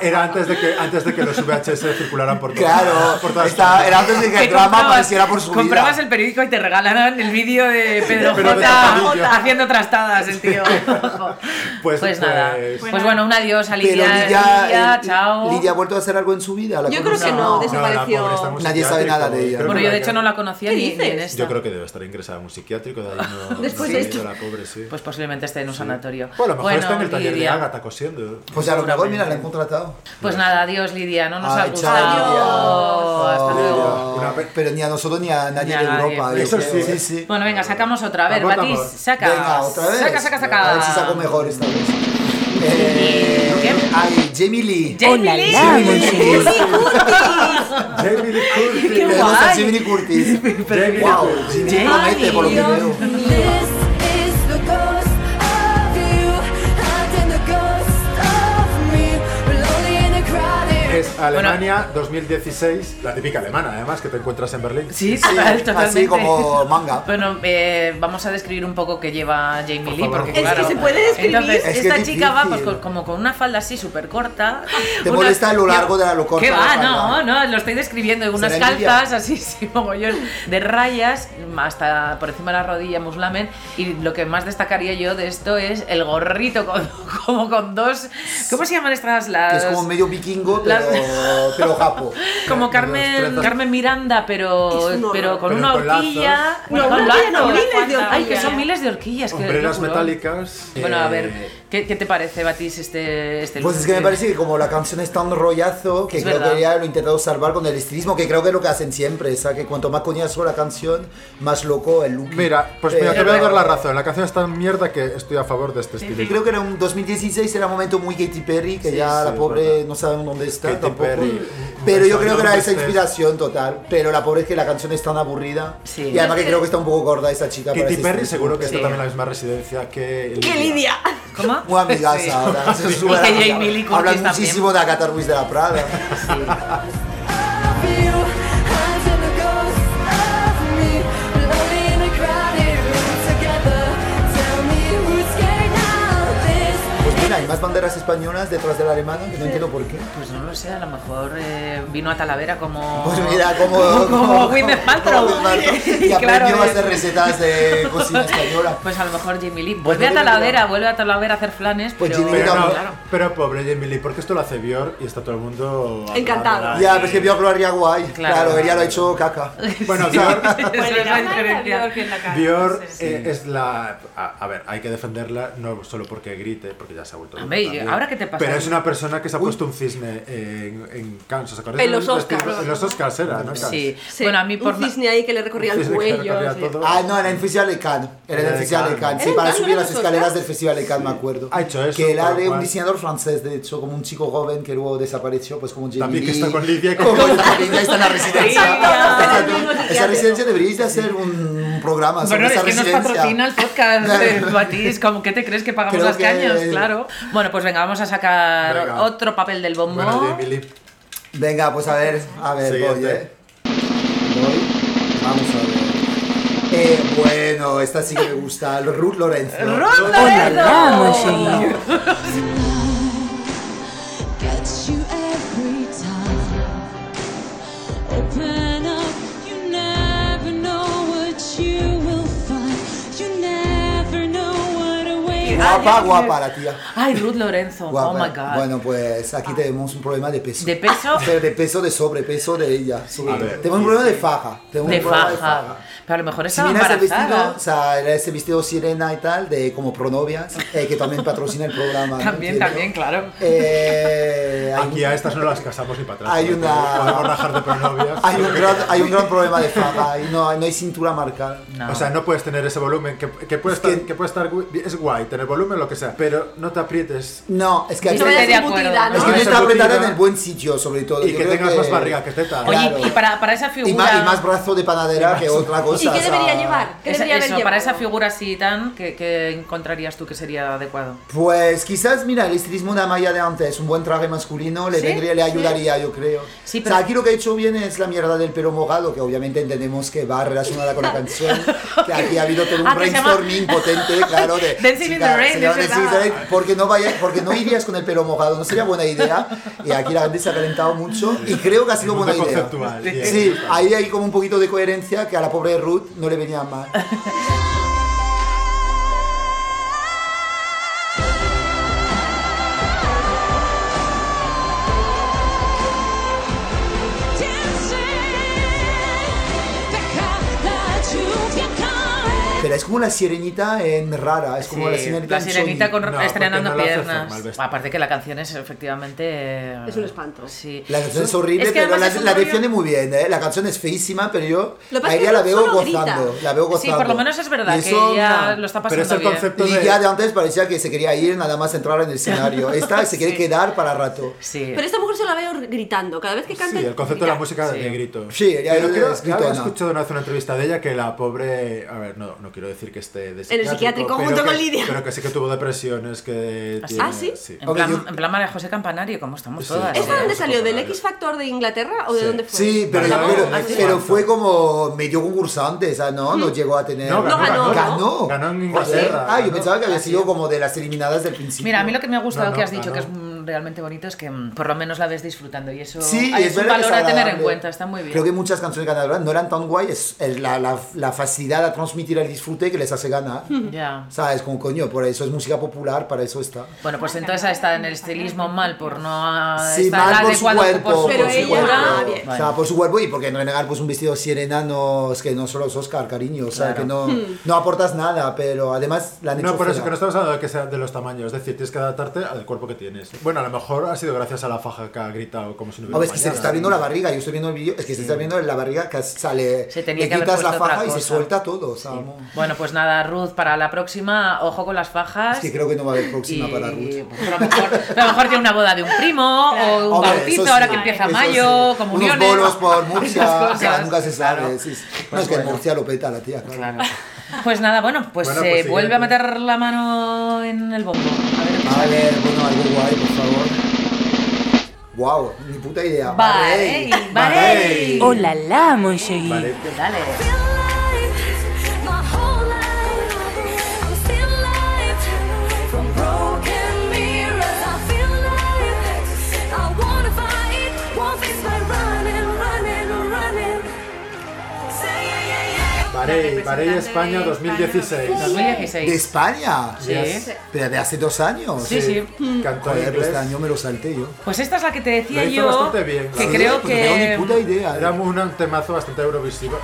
C: Era antes de que antes de que los VHS circularan por todo- por
D: claro,
C: todas
D: está- era antes de que
E: Que
D: el drama
E: comprabas-
D: apareciera por su vida.
E: Comprabas el periódico y te regalaran el vídeo de Pedro
C: Pero de
E: J
C: Zapalillo.
E: haciendo trastadas, el tío.
C: Pues-
E: nada.
C: pues-
E: Pues bueno, un adiós a
D: Pero
E: Lidia.
D: Lidia, eh,
E: Lidia, Lidia, chao.
D: Lidia ha vuelto a hacer algo en su vida. ¿La
F: Yo creo que
D: conoces?
F: no,
C: la
F: desapareció.
C: pobre, está en un
D: Nadie sabe
C: psiquiátrico,
D: nada de
C: güey.
D: ella.
C: Creo
E: Porque
C: que
E: yo
C: la
E: de hecho
C: que-
E: no la conocía
F: ¿Qué
E: ni, ni en
F: dices?
E: esta.
C: Yo creo que debe estar ingresada en un psiquiátrico de ahí no-
F: Después
C: no
F: de
C: ha salido
F: esto.
C: la pobre, sí.
E: Pues posiblemente esté en un sanatorio.
C: Bueno, a lo mejor está en el taller de
E: Lidia.
C: Ágata cosiendo.
D: Pues a lo mejor, mira, la han
E: Seguramente.
D: contratado.
E: Pues nada, adiós Lidia, no nos
D: Ay,
E: ha
D: chao,
E: gustado.
D: Lidia.
E: Hasta
D: Ay,
E: luego.
C: Una pe-
D: Pero ni a nosotros ni a nadie
E: Ni a
D: de
E: nadie.
D: Europa. yo
C: Eso
D: creo,
C: sí.
D: ¿eh? sí.
E: Bueno, venga, sacamos otra. A ver,
C: Vamos,
E: Batis,
C: vamos.
E: saca.
D: Venga, otra vez.
E: Saca, saca, saca.
D: A ver si saco mejor esta vez. Eh,
E: ¿Quién?
D: ay, Jamie Lee.
E: Jamie Lee.
C: Jamie Lee Curtis.
E: Qué
D: Le gusta
E: guay.
D: Jamie Lee Curtis.
C: Jamie Lee
D: wow,
C: Curtis.
D: Jamie Lee promete por lo que veo.
G: This is the ghost of you, and in the ghost of me, we're lonely in a crowded
C: Es Alemania 2016, la típica alemana además que te encuentras en Berlín.
E: Sí,
D: Sí,
E: total, totalmente.
D: así como manga.
E: Bueno, eh, vamos a describir un poco qué lleva Jamie Lee,
C: favor.
E: porque
C: Es que
E: claro.
F: se puede describir.
E: Entonces,
D: Es que
E: esta
D: es
E: chica va pues,
D: difícil.
E: con- como con una falda así súper corta.
D: Te
E: una-
D: molesta lo largo de la- lo corta
E: ¿Qué
D: de
E: va?
D: la
E: No,
D: falda.
E: no, lo estoy describiendo. en Unas
D: ¿Será envidia?
E: calzas así, sí, mogollón, de rayas, hasta por encima de la rodilla, muslamen. Y lo que más destacaría yo de esto es el gorrito, con- como con dos. ¿Cómo se llaman estas?
D: Que
E: Las.
D: es como medio vikingo,
E: las-
D: pero, pero japo.
E: Como
C: Los
E: Carmen,
C: trenzas.
E: Carmen Miranda, pero,
F: Es un horror.
E: pero con
C: Pero
E: una
C: con
E: horquilla.
C: lazos.
F: No,
E: con
F: una horquilla no,
E: lazos.
F: miles de
E: Ay, que
F: horquillas.
E: son miles de horquillas. qué
C: Hombreras
E: locura.
C: metálicas.
E: Bueno, a
C: eh,
E: ver, ¿qué, qué te parece, Batis, este, este
D: Pues es que me parece que como la canción es tan rollazo que
E: Es
D: creo
E: verdad.
D: que ya lo he intentado salvar con el estilismo, que creo que es lo que hacen siempre, o sea, que cuanto más coñazo la canción, más loco el look.
C: Mira, pues mira,
D: Eh,
C: te voy a dar la razón. La canción es tan mierda que estoy a favor de este estilo.
D: Creo que era un 2016, era un momento muy Katy Perry, que ya
C: sí,
D: la
C: es
D: pobre
C: verdad.
D: no saben dónde está
C: Katy
D: tampoco.
C: Perry,
D: Pero yo
C: un
D: creo que era
C: desayuno
D: esa
C: que estés.
D: inspiración total. Pero la pobre es que la canción es tan aburrida.
E: Sí.
D: Y además que creo que está un poco gorda esa chica. para
C: Katy
D: ese
C: Perry
D: estilo.
C: seguro que está
E: Sí.
C: también en la misma residencia que
F: ¡Qué Lidia!
E: ¿Cómo?
D: Muy amigaza
E: Sí.
D: ahora. se sube a la
E: Y que
D: amiga.
E: Jamie Lee Curtis
D: Hablan
E: también.
D: muchísimo de Agatha Ruiz de la Prada.
G: of you, and in the ghost of me, we're lonely in a crowded room together. Tell me who's scared now. This
D: Pues mira, hay más banderas españolas detrás del alemán, que no entiendo por qué.
E: Pues no lo sé, a lo mejor eh, vino a Talavera como.
D: Pues mira, como...
E: Como, como Gwyneth Paltrow.
D: como Gwyneth Paltrow. Y
E: Y claro,
D: aprendió a
E: es-
D: hacer recetas de cocina española.
E: Pues a lo mejor Jamie Lee. Vuelve a
D: Jamie Lee,
E: Talavera,
D: claro.
E: vuelve a Talavera a hacer flanes,
D: Pues
E: pero.
D: Jamie Lee
C: Pero,
D: Claro.
C: no,
E: claro.
C: pero pobre Jamie Lee, porque esto lo hace Björk y está todo el mundo...
F: Encantado.
C: adorándola.
D: Ya, pues que vio a Gloria Guay.
E: Claro.
D: Claro, ella lo ha hecho caca.
C: Bueno, Björk,
E: Esa es la diferencia.
C: Björk,
B: Sí.
C: eh, es la... A, a ver, hay que defenderla no solo porque grite, porque ya se ha vuelto... loca
E: Hombre, ¿y
C: también.
E: ahora qué te pasa?
C: Pero es una persona que se ha puesto un cisne en, en Cannes, ¿os acordáis?
F: En
C: de
F: los
C: vestidos?
F: Oscars.
C: En los Oscars era, ¿no?
E: Sí.
F: Sí,
E: Bueno, a mí por.
F: Un cisne ahí que le recorría el
C: Cisne que
F: cuello.
C: recorría
F: sí.
C: todo.
D: Ah, no, era en el Festival de Cannes. Era en el
C: Era de
D: Festival de
C: Cannes.
F: ¿Era
D: Cannes. Sí,
F: en
D: para
F: Cannes,
D: subir
F: no
D: las
F: era
D: escaleras
F: Oscar?
D: del Festival de Cannes, me acuerdo.
C: Ha hecho eso,
D: Que era
C: con lo
D: de un
C: cual-
D: diseñador francés, de hecho, como un chico joven que luego desapareció, pues como Jamie
C: También que
D: Lee,
C: está con Lidia y con-
D: Como Lidia está en la residencia.
E: Lidia.
D: Esa- Esa residencia deberíais de hacer un programa sobre
E: Bueno, es
D: esa
E: que nos
D: residencia.
E: patrocina el podcast, eh, Batís. ¿Cómo que te crees que pagamos
D: Creo
E: las
D: que-
E: cañas? Claro. Bueno, pues venga, vamos a sacar
C: Venga.
E: otro papel del bombo.
C: Bueno, Jamie Lee.
D: Venga, pues a ver, a ver, voy,
C: Siguiente.
D: eh. Voy. Vamos a ver. Eh, bueno, esta sí que me gusta, el Ruth Lorenzo.
E: ¡Ruth Lorenzo!
G: gets you every time. Open up, you never know what you will find. You never know what awaits.
D: Guapa, guapa la tía.
E: Ay, Ruth Lorenzo.
D: Guapa.
E: Oh my god.
D: Bueno, pues aquí tenemos un problema de peso.
E: De peso,
D: Pero de peso, de sobrepeso de ella. sobre
C: A
D: todo.
C: ver.
D: tenemos un problema de faja. Tenemos
E: de
D: un problema
E: faja. Pero a lo mejor
D: Si
E: estaba
D: miras el vestido,
E: embarazada.
D: o sea, era ese vestido sirena y tal, de como pronovias, eh, que también patrocina el programa. ¿no?
E: También,
D: Entiendo.
E: también, claro.
D: Eh, hay
C: Aquí a estas no las casamos ni para atrás.
D: Hay una-
C: Podemos rajar de pronovias.
D: Hay un gran, hay un gran problema de faja y no, no hay cintura marcada.
E: No.
C: O sea, no puedes tener ese volumen, que, que puede
D: Es que-
C: estar, que... puede estar gu- es guay tener volumen, lo que sea, pero no te aprietes
D: No, es que
E: Yo
D: aquí-
F: No
E: estoy
F: vayas
E: de
F: embutida,
E: acuerdo.
F: ¿no?
D: es
C: No,
D: que no
C: esa
D: está apretada en
C: rutina-
D: el buen sitio, sobre todo.
C: y
D: Yo
C: que
D: creo
C: tengas más barriga que teta.
E: Oye,
D: claro.
E: y para, para esa figura.
D: Y más, y más brazo de panadera que otra cosa.
F: ¿Y qué
D: o sea,
F: debería llevar? ¿Qué
E: esa-
F: debería haber
E: eso, para esa
F: llevado?
E: figura así tan, ¿qué, qué encontrarías tú que sería adecuado?
D: Pues quizás, mira, el estilismo de Amaya de antes, un buen traje masculino, le,
E: Sí,
D: vendría, le ayudaría, yo creo.
E: Sí,
D: O
E: pero-
D: sea, aquí lo que ha hecho bien es la mierda del pelo mojado, que obviamente entendemos que va relacionada con la canción, que aquí ha habido todo un
E: Ah, que se llama-
D: brainstorming potente, claro, de...
E: Dancing in the
D: chica,
E: Rain, ah.
D: se llama
E: es
D: Dancing in the
E: verdad.
D: Rain, porque no, vaya, porque no irías con el pelo mojado, no sería buena idea. Y aquí la gente se ha calentado mucho y creo que ha sido
C: El
D: buena
C: mundo
D: idea.
C: conceptual, bien.
D: Sí, ahí hay como un poquito de coherencia que a la pobre Ruth no le venía mal. novela. Es como la sirenita en rara. Es como la
E: Sí,
D: sirenita,
E: la
D: en
E: sirenita
D: Sony.
E: con
C: No, porque
E: estrenando
C: no la hace formal,
E: piernas.
C: ¿ves?
E: Aparte que la canción es efectivamente. eh,
F: Es un espanto.
E: Sí.
D: La canción es horrible,
E: Es que
D: pero la,
E: además es un
D: la
E: rollo-
D: defiende muy bien. ¿eh? La canción es feísima, pero yo
F: Lo que pasa
D: a
F: es que
D: ella la
F: no
D: veo
F: solo grita.
D: gozando. La veo
E: Sí,
D: gozando.
E: por lo menos es verdad
D: Y
E: que ella
D: eso, mira,
E: lo está
C: pero
E: pasando
C: es el
E: bien.
C: concepto de...
D: Lidia de antes parecía que se quería ir nada más entrar en el escenario. Esta se quiere quedar para rato.
E: Sí.
F: Pero esta mujer se la veo gritando. Cada vez que canta.
C: Sí, el concepto de la
F: grita.
C: música
E: Sí.
C: de grito.
D: Sí,
C: Pero
D: ya es
C: creo que
D: gritona.
C: había escuchado una vez una entrevista de ella que la pobre. A ver, no, no quiero decir que esté de
F: el psiquiátrico,
C: pero
F: junto
C: que-
F: con Lidia.
C: Pero que sí que tuvo depresiones. que
E: ¿Ah,
C: tiene-
F: sí? ¿Ah, sí?
E: En
D: Hombre,
E: plan,
D: yo-
E: en plan María José Campanario, como estamos
C: Sí.
E: todas.
F: ¿Esta
C: Sí.
F: de dónde salió? ¿Del
C: Sí.
F: X Factor de Inglaterra o de
C: Sí.
F: dónde fue?
D: Sí, pero,
C: Ganó,
D: pero,
C: ganó.
D: pero fue como medio concursante, o sea, no,
E: Mm.
D: no llegó a tener.
C: No, ganó,
F: No, ganó, ganó.
D: ganó.
C: Ganó en Inglaterra,
D: Ah, yo
C: ganó.
D: pensaba que había sido como de las eliminadas del principio.
E: Mira, a mí lo que me ha gustado
C: No,
E: que
C: no,
E: has dicho,
C: no.
E: que es mm, realmente bonito, es que mm, por lo menos la ves disfrutando y eso
D: Sí,
E: ay,
D: es
E: es un
D: verdad que
E: valor a tener en
D: agradable.
E: cuenta, está muy bien.
D: Creo que muchas canciones ganadoras no eran tan guay, es el- la, la- la facilidad a transmitir el disfrute que les hace ganar.
E: Ya.
D: ¿Sabes? Como coño, por eso es música popular, para eso está.
E: Bueno, pues entonces está en el estilismo mal por no ah,
D: Sí,
E: estar
D: mal por su
E: adecuado
D: cuerpo,
E: por su
F: Pero
D: por su
F: ella-
D: cuerpo.
F: Ah,
E: postura.
F: bien.
D: O sea,
E: Vale.
D: por su cuerpo y porque no renegar pues un vestido sirena no, es que no solo es Oscar, cariño, o sea,
E: Claro.
D: que no, no aportas nada, pero además la han hecho
C: No, por eso
D: fea.
C: que no estamos hablando de, que sea de los tamaños, es decir, tienes que adaptarte al cuerpo que tienes. Bueno, a lo mejor ha sido gracias a la faja que ha gritado como si no
D: A
C: hubiera
D: ver, es que se le está viendo la barriga, yo estoy viendo el vídeo, es que se está viendo la barriga que sale,
E: Se tenía
D: le
E: que haber
D: quitas la
E: puesto otra
D: faja y se
E: cosa.
D: suelta todo, o sea, mo-
E: Bueno, pues nada, Ruth, para la próxima, ojo con las fajas.
D: es que creo que no va a haber próxima
E: y-
D: para Ruth.
E: pero a lo mejor, pero a lo mejor tiene una boda de un primo o un
D: Hombre,
E: bautizo
D: eso
E: ahora
D: sí,
E: que empieza
D: eso
E: mayo,
D: sí.
E: comuniones.
D: Unos bolos por Murcia,
E: esas
D: o sea,
E: cosas,
D: nunca se sabe.
E: claro.
D: sí, sí. No,
E: Pues
D: es que en
E: bueno.
D: Murcia lo peta la tía, claro.
E: Claro. Pues nada, bueno, pues,
C: Bueno,
E: eh,
C: pues sí,
E: vuelve
C: ya.
E: a meter la mano en el bombo. A ver qué
D: A
E: sale.
D: ver, bueno, algo guay, por favor. Wow, ni puta idea.
E: Vale,
D: Barrey.
E: vale. Barrey.
C: Hola.
I: Hola, la, Monchegui.
C: Vale.
E: Dale.
G: My whole life, I'm still alive from broken mirrors. I feel alive. I wanna fight, won't face by running, running, running. Say yeah, yeah, yeah.
C: Barey, Barey,
B: representante
C: España
B: de
C: 2016.
E: 2016.
D: De España.
C: Yes.
E: Sí.
D: Pero de hace dos años.
E: Sí, sí.
C: Cantó en
D: Joder, pues
C: inglés.
D: este año me lo salté yo.
E: Pues esta es la que te decía
C: Lo hizo
E: yo.
C: bastante bien, la
E: que
C: verdad.
E: creo
D: Pues No tengo ni puta
E: que.
D: idea.
C: Era un temazo bastante eurovisivo.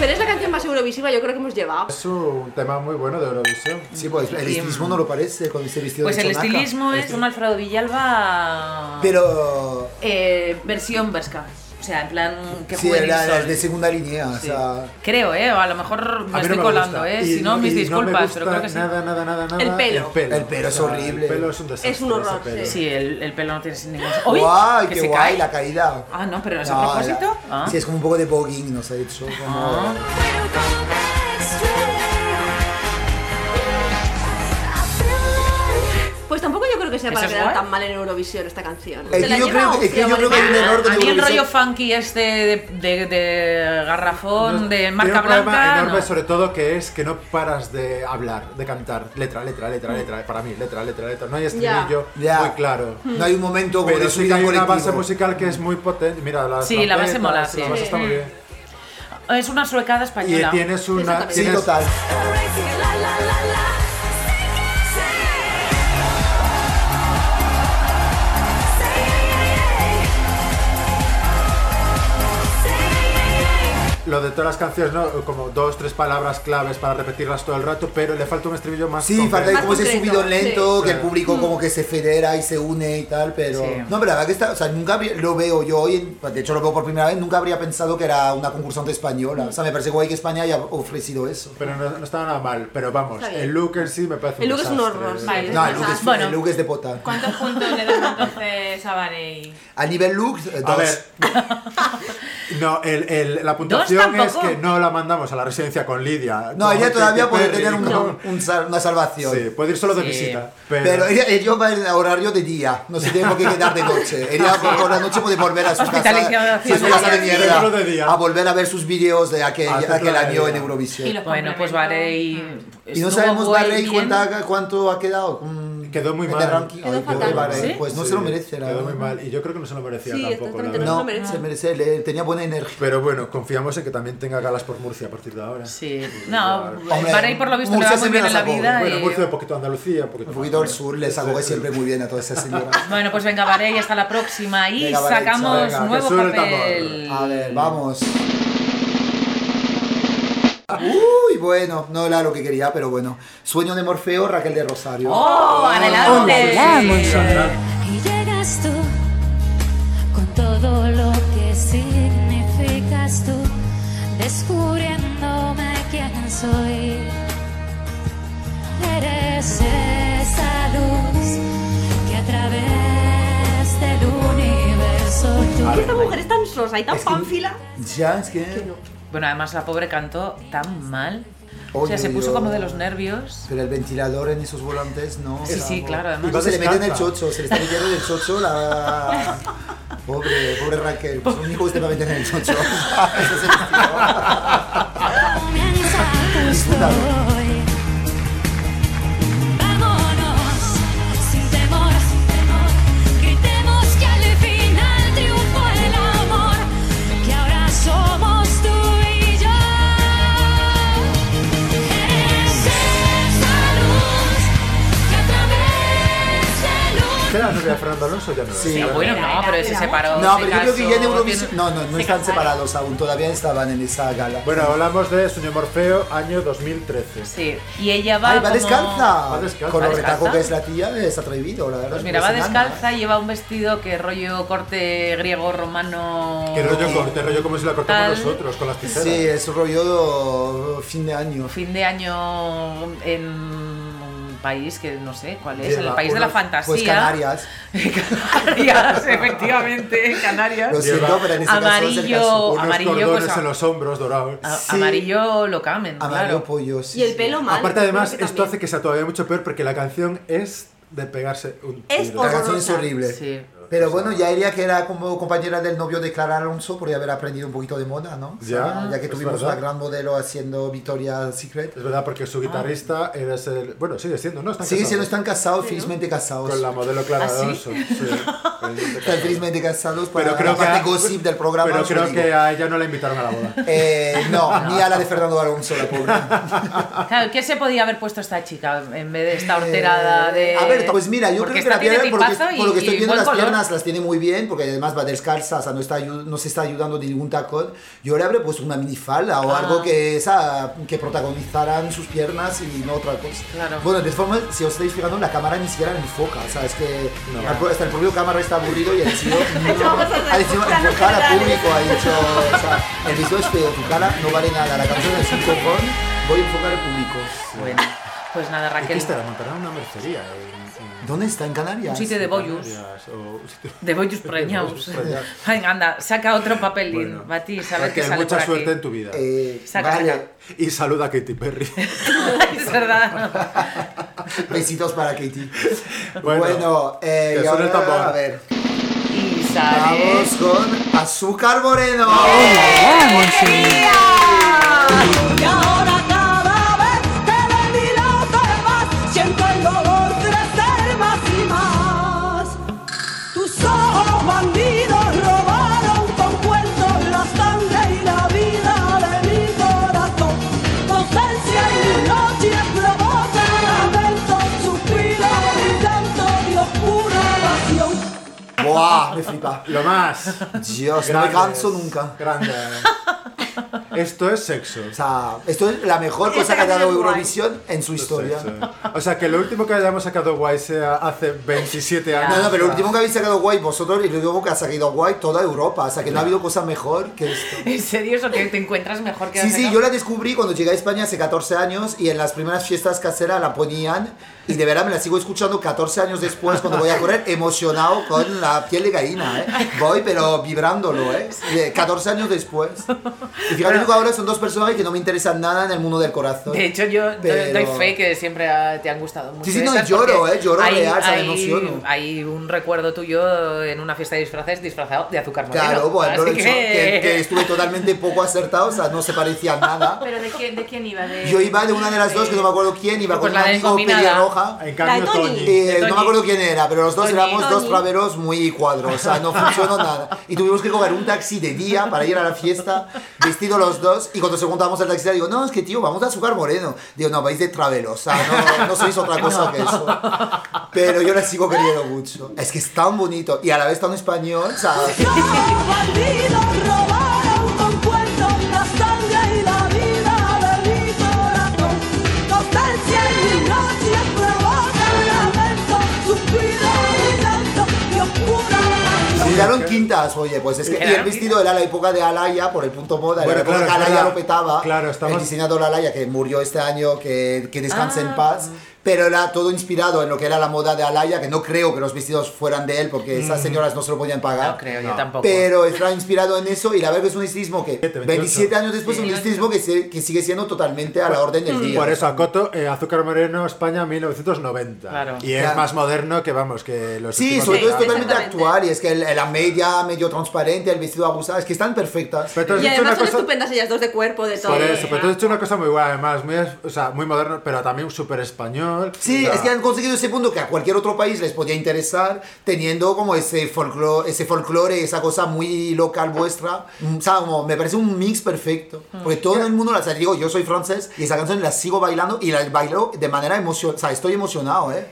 F: Pero es la canción más eurovisiva, yo creo que hemos llevado.
C: Es un tema muy bueno de Eurovisión.
D: Sí, pues el estilismo no lo parece con ese vestido
E: mm, Pues
D: de
E: el
D: chonaca.
E: estilismo es un Alfredo Villalba.
D: Pero...
E: eh, versión Berska. O sea, en plan que
D: Sí,
E: juvenil
D: era
E: soy.
D: el de segunda línea. O
E: Sí.
D: sea,
E: Creo, ¿eh? O a lo mejor me
C: A mí
E: estoy
C: no
E: colando,
C: gusta.
E: ¿eh?
C: Y-
E: si no, mis
C: y
E: disculpas,
C: me gusta
E: pero creo que sí.
C: Nada, nada, nada, nada.
F: El pelo.
D: El pelo es horrible.
C: El pelo es un desastre.
F: Es un horror,
C: ese pelo.
F: sí.
E: Sí, el, el pelo no tiene sin ningún. ¡Uy!
D: guay,
E: que
D: qué
E: se
D: guay
E: cae.
D: la caída.
E: Ah, no, pero ¿es
D: No,
E: a propósito?
D: era-
E: Ah.
D: Sí, es como un poco de voguing, nos ha hecho. Como...
G: We'll go back straight. I feel alive.
F: Pues tampoco yo creo que sea
E: ¿Eso
F: para
E: es
F: quedar
E: guay?
F: tan mal en Eurovisión esta canción.
D: Es que yo creo que- es que yo creo que hay un error con
E: Ah, A mí el
D: Eurovisión.
E: rollo funky este de, de- de garrafón,
C: No,
E: de
C: tiene
E: marca
C: un problema
E: blanca.
C: enorme,
E: no.
C: sobre todo, que es que no paras de hablar, de cantar. Letra, letra, letra, letra. Para mí, letra, letra, letra. No hay estribillo
D: Ya. Mm.
C: muy claro.
D: No hay un momento como
C: Pero
D: de
C: sí que
D: subida
C: hay una base
D: colectiva.
C: musical que es muy potente. Mira, la
E: Sí, la base mola, sí. Mm.
C: La base está muy bien.
E: Es una suecada
C: Y
E: española.
C: tienes una.
D: Sí,
C: tienes-
D: total.
G: La, la, la, la. Say yeah, say yeah. Say yeah, yeah, yeah.
C: Lo de todas las canciones, ¿no? Como dos, tres palabras claves para repetirlas todo el rato, pero le falta un estribillo más.
D: Sí,
C: concreto.
D: falta
F: Más
D: como ese
F: concreto,
D: subido lento,
C: sí.
D: que el público como que se federa y se une y tal, pero...
E: Sí.
D: No, pero la verdad que está... O sea, nunca habría- lo veo yo hoy, en- de hecho lo veo por primera vez, nunca habría pensado que era una concursante española. O sea, me parece guay que España haya ofrecido eso.
C: Pero no, no estaba nada mal. Pero vamos,
F: Está bien.
C: el look en sí me parece
F: El
C: un
F: look es un
C: desastre.
F: horror, sí.
B: Vale.
D: No, el look es,
E: Bueno.
D: el look es de pota.
B: ¿Cuántos puntos le damos entonces a Barey?
D: A nivel look, eh,
C: A
D: dos.
C: ver. No, el, el- la puntuación es
E: tampoco?
C: que no la mandamos a la residencia con Lidia.
D: No,
C: con
D: ella
C: Katy
D: todavía puede
C: Perry,
D: tener un-
C: con-
D: un sal- una salvación.
C: Sí, puede ir solo de
E: Sí.
C: visita.
D: Pero ella, ella va en horario de día, no se tiene por qué quedar de noche. Ella por, por la noche puede volver a su casa,
E: Hospitalización.
D: a su casa
C: Solo de
D: de mierda,
C: día.
D: a volver a ver sus vídeos de aquel,
C: Ah,
D: aquel
C: claro.
D: año en Eurovisión.
B: Y los
E: Bueno, pues
B: complementos.
E: Barey.
D: Y no
E: estuvo
D: sabemos,
E: guay,
D: Barley,
E: bien.
D: cuánta- cuánto ha quedado. Mm,
C: Quedó muy
D: de
C: mal.
D: ranking.
F: Quedó
D: Ay, quedó
F: fatal.
D: mal,
F: ¿Sí?
D: Pues no se lo merece, la
C: Quedó muy
D: verdad.
C: mal. Y yo creo que no se lo merecía
F: Sí,
C: tampoco. la
F: exactamente,
C: verdad.
F: no.
D: No,
F: merece.
D: se merece, le- tenía buena energía.
C: Pero bueno, confiamos en que también tenga galas por Murcia a partir de ahora.
E: Sí. No,
D: Hombre,
E: para ir por lo visto le va
D: Murcia
E: muy
D: siempre
E: bien en la
D: la sacó.
E: vida.
C: Bueno,
E: y-
C: Murcia un poquito Andalucía, un poquito.
D: Un poquito al sur les acoge siempre muy bien a todas esas señoras.
E: Bueno, pues venga, Varey, hasta la próxima. Y
D: Venga, Varey,
E: sacamos
C: venga, que
E: nuevo
C: suene el
E: papel.
D: A ver, vamos. Uy, bueno, no era lo que quería, pero bueno. Sueño de Morfeo, Raquel de Rosario.
E: ¡Oh, adelante!
G: Y llegas tú con todo lo que significas tú, descubriéndome quién soy. Eres esa luz que a través del universo tú.
F: Esta mujer es tan sosa y tan
D: Es que-
F: panfila.
D: Ya, es que.
E: Bueno, además la pobre cantó tan mal. o sea,
D: Oye,
E: se puso
D: yo-
E: como de los nervios.
D: Pero el ventilador en esos volantes no.
E: Sí, sí, claro, además.
D: Y se le mete en el
C: Descansa.
D: chocho, se le está metiendo en el chocho la. Pobre, pobre Raquel. Pues un hijo usted va a meter en el chocho. Eso es el
G: Comienza justo hoy. Vámonos sin temor, sin temor. Gritemos que al final triunfó el amor, que ahora somos tú y yo. Eres esa luz que a través del
C: ¿Qué era la novia de Fernando Alonso? Ya no lo
D: Sí.
C: sé.
E: Pero bueno, no, pero se separó.
D: No,
E: se
D: pero yo creo que
E: casó,
D: ya en Eurovisión.
E: tiene-
D: No, no, no están separados aún, todavía estaban en esa gala.
C: Bueno, hablamos de Sueño Morfeo, año 2013.
E: Sí. Y ella va.
D: Ay, va
E: como-
D: descalza.
C: Va descalza.
D: Con
E: ¿Va
D: lo
E: descalza?
D: retaco que es la tía, es atrevido, la verdad.
E: Pues mira,
D: no
E: va
D: se manda.
E: descalza y lleva un vestido que rollo corte griego, romano.
C: Que rollo corte, rollo como si la cortamos
E: Tal.
C: nosotros con las tijeras.
D: Sí, es un rollo fin de año.
E: eh, Fin de año en un país que no sé cuál es,
C: Lleva
E: el país de la
C: unos- pues
E: fantasía.
D: Pues Canarias.
E: Canarias, efectivamente, Canarias.
D: Lo siento, pero en este caso es el
E: Amarillo.
D: caso.
C: Unos
E: amarillo,
C: cordones
E: pues, ah, a-
C: en los hombros dorados.
E: A-
D: Sí.
E: Amarillo lo camen,
D: Amarillo
E: claro.
D: pollo, sí.
F: Y el pelo mal.
C: Aparte, además,
F: creo que
C: esto hace
F: también.
C: que sea todavía mucho peor porque la canción es de pegarse un
F: Es
C: tiro.
D: La canción es
F: horrorosa.
D: horrible.
E: Sí.
D: Pero bueno, ya diría que era como compañera del novio de Clara Alonso, podría haber aprendido un poquito de moda, ¿no?
C: Ya,
D: ya que
C: es
D: tuvimos
C: verdad.
D: una gran modelo haciendo Victoria Secret.
C: Es verdad, porque su guitarrista era el. Bueno, sigue siendo, ¿no? Están
D: Sigue
C: casados.
D: siendo están casados, felizmente casados.
C: Con la modelo Clara
E: ¿Ah, sí?
C: Alonso. sí. Felizmente
D: Están
C: casados.
D: felizmente casados para
C: Pero creo
D: la parte
C: que.
D: gossip del programa.
C: Pero
D: os lo
C: creo
D: digo.
C: que a ella no la invitaron a la boda.
D: Eh, no, ni a la de Fernando Alonso, la pobre.
E: Claro, ¿qué se podía haber puesto esta chica en vez de esta horterada de.
D: Ah. Eh, A ver, pues mira, yo
E: Porque
D: creo que
E: esta
D: la pierna,
E: tiene
D: por lo que,
E: tipazo
D: por lo que
E: y-
D: estoy
E: y
D: viendo,
E: buen
D: las
E: color.
D: piernas las tiene muy bien, porque además va descalza, o sea, no, está, ayu- no se está ayudando de ningún tacón. Yo le habré puesto pues, una minifalda
E: Ah.
D: o algo que, esa, que protagonizaran sus piernas y no otra cosa.
E: Claro.
D: Bueno, de forma, si os estáis fijando, la cámara ni siquiera la enfoca, o sea, es que al- hasta el propio cámara está aburrido y ha decidido, ha decidido enfocar al público, ha dicho, o sea, el video es feo, tu cara no vale nada, la canción es un cojón, voy a enfocar al público.
E: Bueno, pues nada,
C: ¿Y qué
E: Raquel.
C: estará? Montará una mercería. en- en-
D: ¿Dónde está? ¿En Canarias?
E: Un sitio de bollos.
C: Canarias, o un sitio-
E: De bollos preñados.
C: preñados.
E: Venga, anda, saca otro papelín,
C: Bueno,
E: Bati, sabes que
C: Raquel,
E: sale
C: mucha
E: por
C: suerte en
E: aquí.
C: tu vida.
D: Eh,
E: Saca,
D: vale.
E: saca.
C: Y saluda a Katy Perry.
E: es verdad.
D: Besitos para Katie.
C: Bueno,
D: Bueno, eh,
C: que
D: y
C: suene el
D: ahora,
C: tambor.
D: a ver,
E: Y sale.
D: vamos con Azúcar Moreno.
I: Y ahora cada vez que de mí no sé más, siento el dolor crecer más y más. Tus ojos bandidos robaron con cuentos la sangre y la vida de mi corazón. Tu ausencia y mis noches provocan lamentos, suspiros y tanto de oscura pasión.
D: Buah, me flipa.
C: Lo más.
D: Dios, no me
C: Grandes,
D: canso nunca.
C: Grande. Esto es sexo.
D: O sea, esto es la mejor cosa que ha dado Eurovisión en su historia.
C: Sexo. O sea, que lo último que hayamos sacado guay sea hace 27 años.
D: No, no,
I: Ah.
D: pero lo último que habéis sacado guay vosotros y lo último que ha sacado guay toda Europa. O sea, que no ha habido cosa mejor que esto.
E: ¿En serio eso que te encuentras mejor que
D: Sí,
E: la
D: sí,
E: saca?
D: yo la descubrí cuando llegué a España hace 14 años y en las primeras fiestas caseras la ponían y de verdad me la sigo escuchando 14 años después cuando voy a correr emocionado con la piel de gallina, ¿eh? Voy pero vibrándolo, ¿eh? De 14 años eh, después. Y fíjate tú que ahora son dos personajes que no me interesan nada en el mundo del corazón.
E: De hecho, yo do-
D: Pero-
E: doy fe que siempre ah, te han gustado mucho.
D: Sí, sí, no,
E: esas
D: lloro,
E: porque
D: eh, lloro
E: hay-
D: real, se me
E: hay-
D: emociono.
E: Hay un recuerdo tuyo en una fiesta de disfraces disfrazado de azúcar moreno.
D: Claro, bueno,
E: Así
D: lo he dicho, que... que estuve totalmente poco acertado, o sea, no se parecía a nada.
B: ¿Pero de quién, de quién iba? De...
D: Yo iba de una de las dos, que no me acuerdo quién, iba
E: Pues
D: con
E: la
D: un amigo
E: descombinada.
D: pelirroja.
C: En cambio,
F: La de Tony.
C: Tony.
D: Eh,
E: De
D: no
E: Toñi.
D: me acuerdo quién era, pero los dos
E: Toñi.
D: éramos dos
F: Toñi.
D: traveros muy cuadros, o sea, no funcionó nada. Y tuvimos que coger un taxi de día para ir a la fiesta, vestidos los dos, y cuando se juntamos al taxista, digo, no, es que tío, vamos a azúcar moreno. Digo, no, vais de traveros, o sea, no, no sois otra cosa que eso. Pero yo la sigo queriendo mucho. Es que es tan bonito, y a la vez tan español, o sea,
I: Bandidos robaron con cuentos la sangre y la vida de mi corazón. Nostalgia y mis noches provocan lamento, suspiro y llanto y oscura
D: tiraron quintas, oye, pues es que y el vestido era la época de Alaya, por el punto moda,
C: Bueno,
D: era la época
C: claro,
D: que Alaya
C: claro.
D: lo petaba,
C: Claro, estamos-
D: el diseñador Alaya que murió este año, que, que descanse
E: Ah.
D: en paz, pero era todo inspirado en lo que era la moda de Alaya, que no creo que los vestidos fueran de él, porque
C: Mm.
D: esas señoras no se lo podían pagar.
E: No creo, yo tampoco.
D: Pero está inspirado en eso y la verdad que es un estilismo que 27 años después es un estilismo que, se- que sigue siendo totalmente a la orden del día.
C: Por eso, Acoto, eh, Azúcar Moreno, España, 1990.
E: Claro.
C: Y es
D: Claro.
C: más moderno que, vamos, que los
D: Sí,
C: últimos
D: sobre todo es
C: años.
D: totalmente
F: exactamente.
D: actual y es que el- la media medio transparente, el vestido abusado, es que están perfectas.
C: Pero tú has
F: Y
C: dicho
F: además son
C: una cosa...
F: estupendas ellas dos de cuerpo, de todo.
C: Por eso, pero tú has hecho una cosa muy buena, además, muy, es- o sea, muy moderno, pero también súper español.
D: Sí,
C: O sea,
D: es que han conseguido ese punto que a cualquier otro país les podía interesar, teniendo como ese folclore, ese folclore esa cosa muy local vuestra. Mm, O sea, como me parece un mix perfecto.
E: Mm.
D: Porque todo el mundo la sabe. Digo, yo soy francés y esa canción la sigo bailando y la bailo de manera emocional. O sea, estoy emocionado, ¿eh?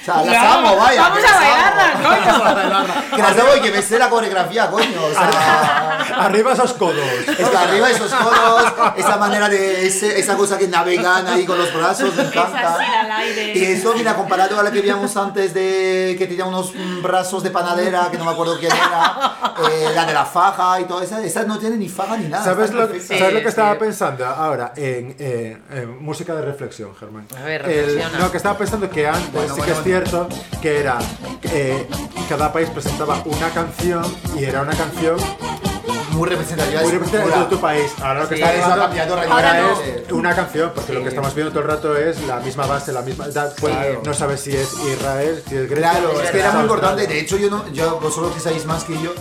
D: O sea, las
E: Ya,
D: amo, vaya.
E: vamos
D: que
E: a
D: las amo.
E: bailarlas, coño.
D: Vamos a bailarlas. Que las amo y que me sé la coreografía, coño. O
C: Ah.
D: sea...
C: Arriba esos codos.
D: Es que arriba esos codos, esa manera de ese- esa cosa que navegan ahí con los brazos, me encanta.
B: así, al aire.
D: Y eso, mira, comparado a la que vimos antes de que tenía unos mm, brazos de panadera, que no me acuerdo quién era, eh, la de la faja y todo eso, esas no tienen ni faja ni nada.
C: ¿Sabes
D: están
C: lo,
D: perfectas.
C: ¿Sabes lo
E: sí.
C: que estaba pensando ahora? En, eh, en música de reflexión, Germán.
E: A ver,
C: El-
E: reflexiona.
C: no, que estaba pensando que antes
D: Bueno,
C: sí que
D: bueno,
C: es
D: bueno.
C: cierto que era. eh, cada país presentaba una canción y era una canción
D: Muy representativa.
C: muy representativa de tu país. Ahora lo que está
D: Eso ha
C: pasando
D: cambiado
C: ahora
D: radicalmente.
C: es una canción, porque lo que estamos viendo todo el rato es la misma base, la misma. da- pues,
D: Claro.
C: No sabes si es Israel, si es Grecia.
D: Claro,
C: si
D: es que era
C: Estados
D: muy importante.
C: Unidos.
D: De hecho, yo no, yo, vosotros que sabéis más que yo,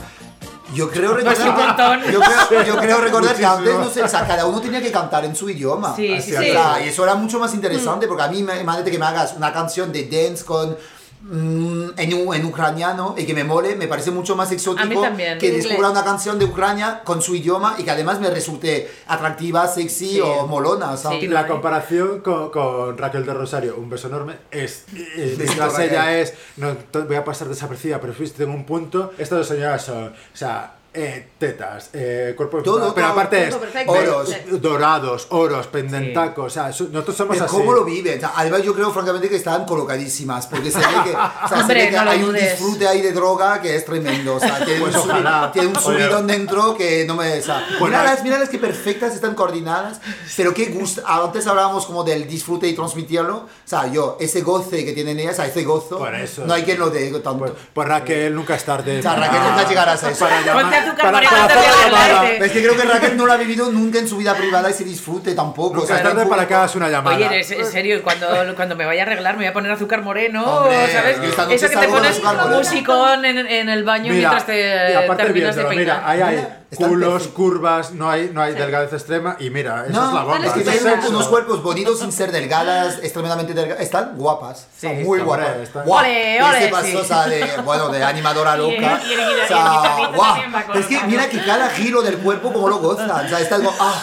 D: yo creo
E: es un
D: recordar,
E: montón.
D: yo creo, yo creo recordar que
C: Muchísimo.
D: antes no sé, o sea, cada uno tenía que cantar en su idioma.
E: Sí, Mm.
C: sí,
D: O
C: sí.
D: sea, y eso era mucho más interesante porque a mí, me- imagínate que me hagas una canción de dance con mm, en, u- en ucraniano y que me mole, me parece mucho más exótico
E: A mí también.
D: que
E: En
D: descubra
F: inglés.
D: una canción de Ucrania con su idioma y que además me resulte atractiva, sexy
E: Sí.
D: o molona. o sea,
E: Sí.
C: La comparación con, con Raquel de Rosario, un beso enorme, es. eh,
D: Besito,
C: mientras
D: Raquel.
C: ella es. No, to- voy a pasar desapercibida, pero fuiste en un punto. Estas dos señoras son. O sea. eh, tetas, eh, cuerpo
D: Todo,
C: pero
D: todo,
C: aparte es
F: cuerpo perfecto.
D: Oros.
C: eh, dorados, oros, pendentacos, o sea, su- nosotros somos
D: Pero
C: así.
D: ¿Cómo lo viven? O sea, además, yo creo, francamente, que están colocadísimas. Porque se ve que, o sea, se ve
E: Hombre,
D: que
E: no lo
D: hay un
E: dudes.
D: disfrute ahí de droga que es tremendo. O sea, tiene,
C: Pues
D: un, subi-
C: ojalá.
D: tiene un
C: Oye.
D: subidón dentro que no me. O sea,
C: Bueno,
D: míralas, míralas qué perfectas, están coordinadas. Pero qué gusto. Antes hablábamos como del disfrute y transmitirlo. O sea, yo, ese goce que tienen ellas, o sea, ese gozo,
C: Por eso.
D: no hay quien lo dé tanto.
C: Pues, pues Raquel nunca es tarde.
D: O sea, Raquel
C: para-
D: nunca llegarás a eso.
C: Para llamar-
E: Ponte azúcar
C: para-
E: moreno,
C: para
E: no te
C: hacer
E: voy a
C: llamada.
E: hablar de-
D: es que creo que Raquel no lo ha vivido nunca en su vida privada y se disfrute tampoco.
C: Nunca
D: O sea,
C: es tarde
D: tampoco-
C: para que hagas una llamada.
E: Oye, eres- en serio, cuando, cuando me vaya a arreglar me voy a poner azúcar moreno,
D: Hombre,
E: ¿sabes?
D: yo esta noche
E: Eso que te
D: salgo con
E: pones
D: azúcar moreno.
E: musicón en, en el baño mientras te
C: y aparte
E: terminas de
C: viéndolo,
E: peinar.
C: mira, ahí hay
D: Mira, están
C: culos,
D: perfectos.
C: curvas, no hay, no hay delgadez extrema y mira, eso es la bomba. Ah.
D: Es que
C: eso es
D: tienen
C: sexo.
D: unos cuerpos bonitos sin ser delgadas, extremadamente delgadas. Están guapas.
E: Sí,
D: están muy
C: están
D: guapas.
C: guapas, están-
D: Guau,
E: Ole,
D: y ese
E: ole,
D: paso,
E: sí.
D: o sea, de, bueno, de animadora
B: Y el-
D: loca.
B: y el guitar-
D: O sea,
B: y el guitarrista
D: guau.
B: también va con
D: Es que
B: los
D: mira que
B: pasos.
D: cada giro del cuerpo como lo gozan. O sea, están como, ah,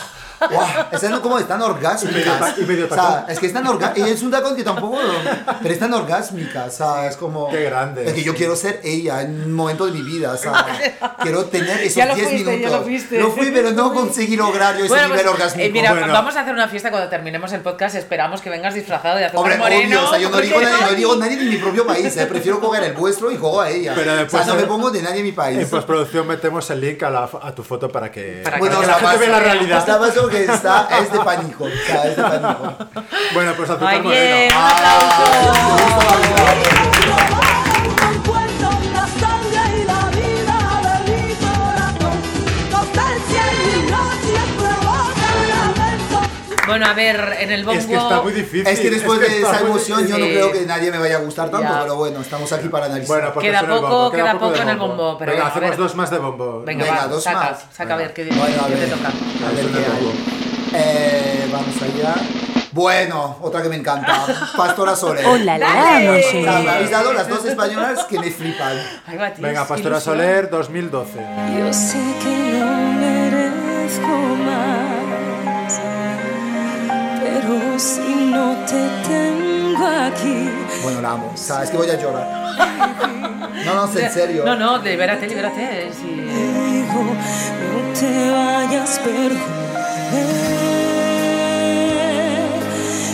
D: guau. Están como, están orgásmicas.
C: ta- y medio
D: o sea,
C: tacón.
D: es que están orgásmicas. Y es un tacón que tampoco, pero están orgásmicas. O sea, es como...
C: Qué grande.
D: Es que yo quiero ser ella en un momento de mi vida. O sea, quiero tener esos
E: Ya lo
D: 10
E: fuiste, ya
D: minutos.
E: lo fuiste.
D: fui, pero no conseguí lograr yo ese
E: Bueno, pues,
D: nivel orgásmico.
E: eh, mira,
C: Bueno.
E: vamos a hacer una fiesta cuando terminemos el podcast. Esperamos que vengas disfrazado de azúcar
D: Hombre,
E: moreno.
D: obvio, o sea, yo no
E: porque
D: digo, nadie, no digo nadie de mi propio país, eh, prefiero coger el vuestro y juego a ella.
C: Pero
D: o
C: después-
D: sea, no me pongo de nadie de mi
C: En
D: país.
C: postproducción metemos el link a, la, a tu foto pues, para que,
E: Para
D: Bueno,
E: que
C: la
E: la
C: gente vea la
E: pase.
C: realidad.
D: Está más que está, es de pánico, o sea, es de pánico.
C: Bueno, pues azúcar
E: Ay, bien,
C: moreno.
E: un
D: Ah.
E: aplauso.
I: Robaron con cuentos la sangre y la vida de mi corazón. Nostalgia y mis noches
E: bueno, a ver, en el bongo...
C: Es que está muy difícil.
D: Es que después
C: es que
D: de
C: está
D: esa
C: muy
D: emoción yo no
E: Sí.
D: creo que nadie me vaya a gustar tanto,
E: Ya.
D: pero bueno, estamos aquí para analizar.
C: Bueno, porque
E: Queda
C: suena el
E: poco,
C: bombo,
E: queda poco
C: de
E: en el bombo, pero
C: Venga,
E: bueno, a
C: hacemos
E: ver.
C: dos más de bombo.
E: Venga,
D: Venga,
E: va,
D: dos
E: saca,
D: más.
E: saca a ver qué,
D: Bueno, a
E: qué te
D: ver,
E: toca.
D: a ver qué hay. Eh, vamos allá. Bueno, otra que me encanta. Pastora Soler.
J: Hola, la
D: O sea, me
J: noche.
D: habéis dado las dos españolas que me flipan.
E: Ay, Matías,
C: Venga, Pastora
E: ilusión.
C: Soler 2012.
G: Yo sé que no merezco más, pero si no te tengo aquí,
D: Bueno, la amo. O sea, es que voy a llorar. No, no, es en serio.
E: No, no, libérate, libérate. sí.
G: digo, no te vayas, perder.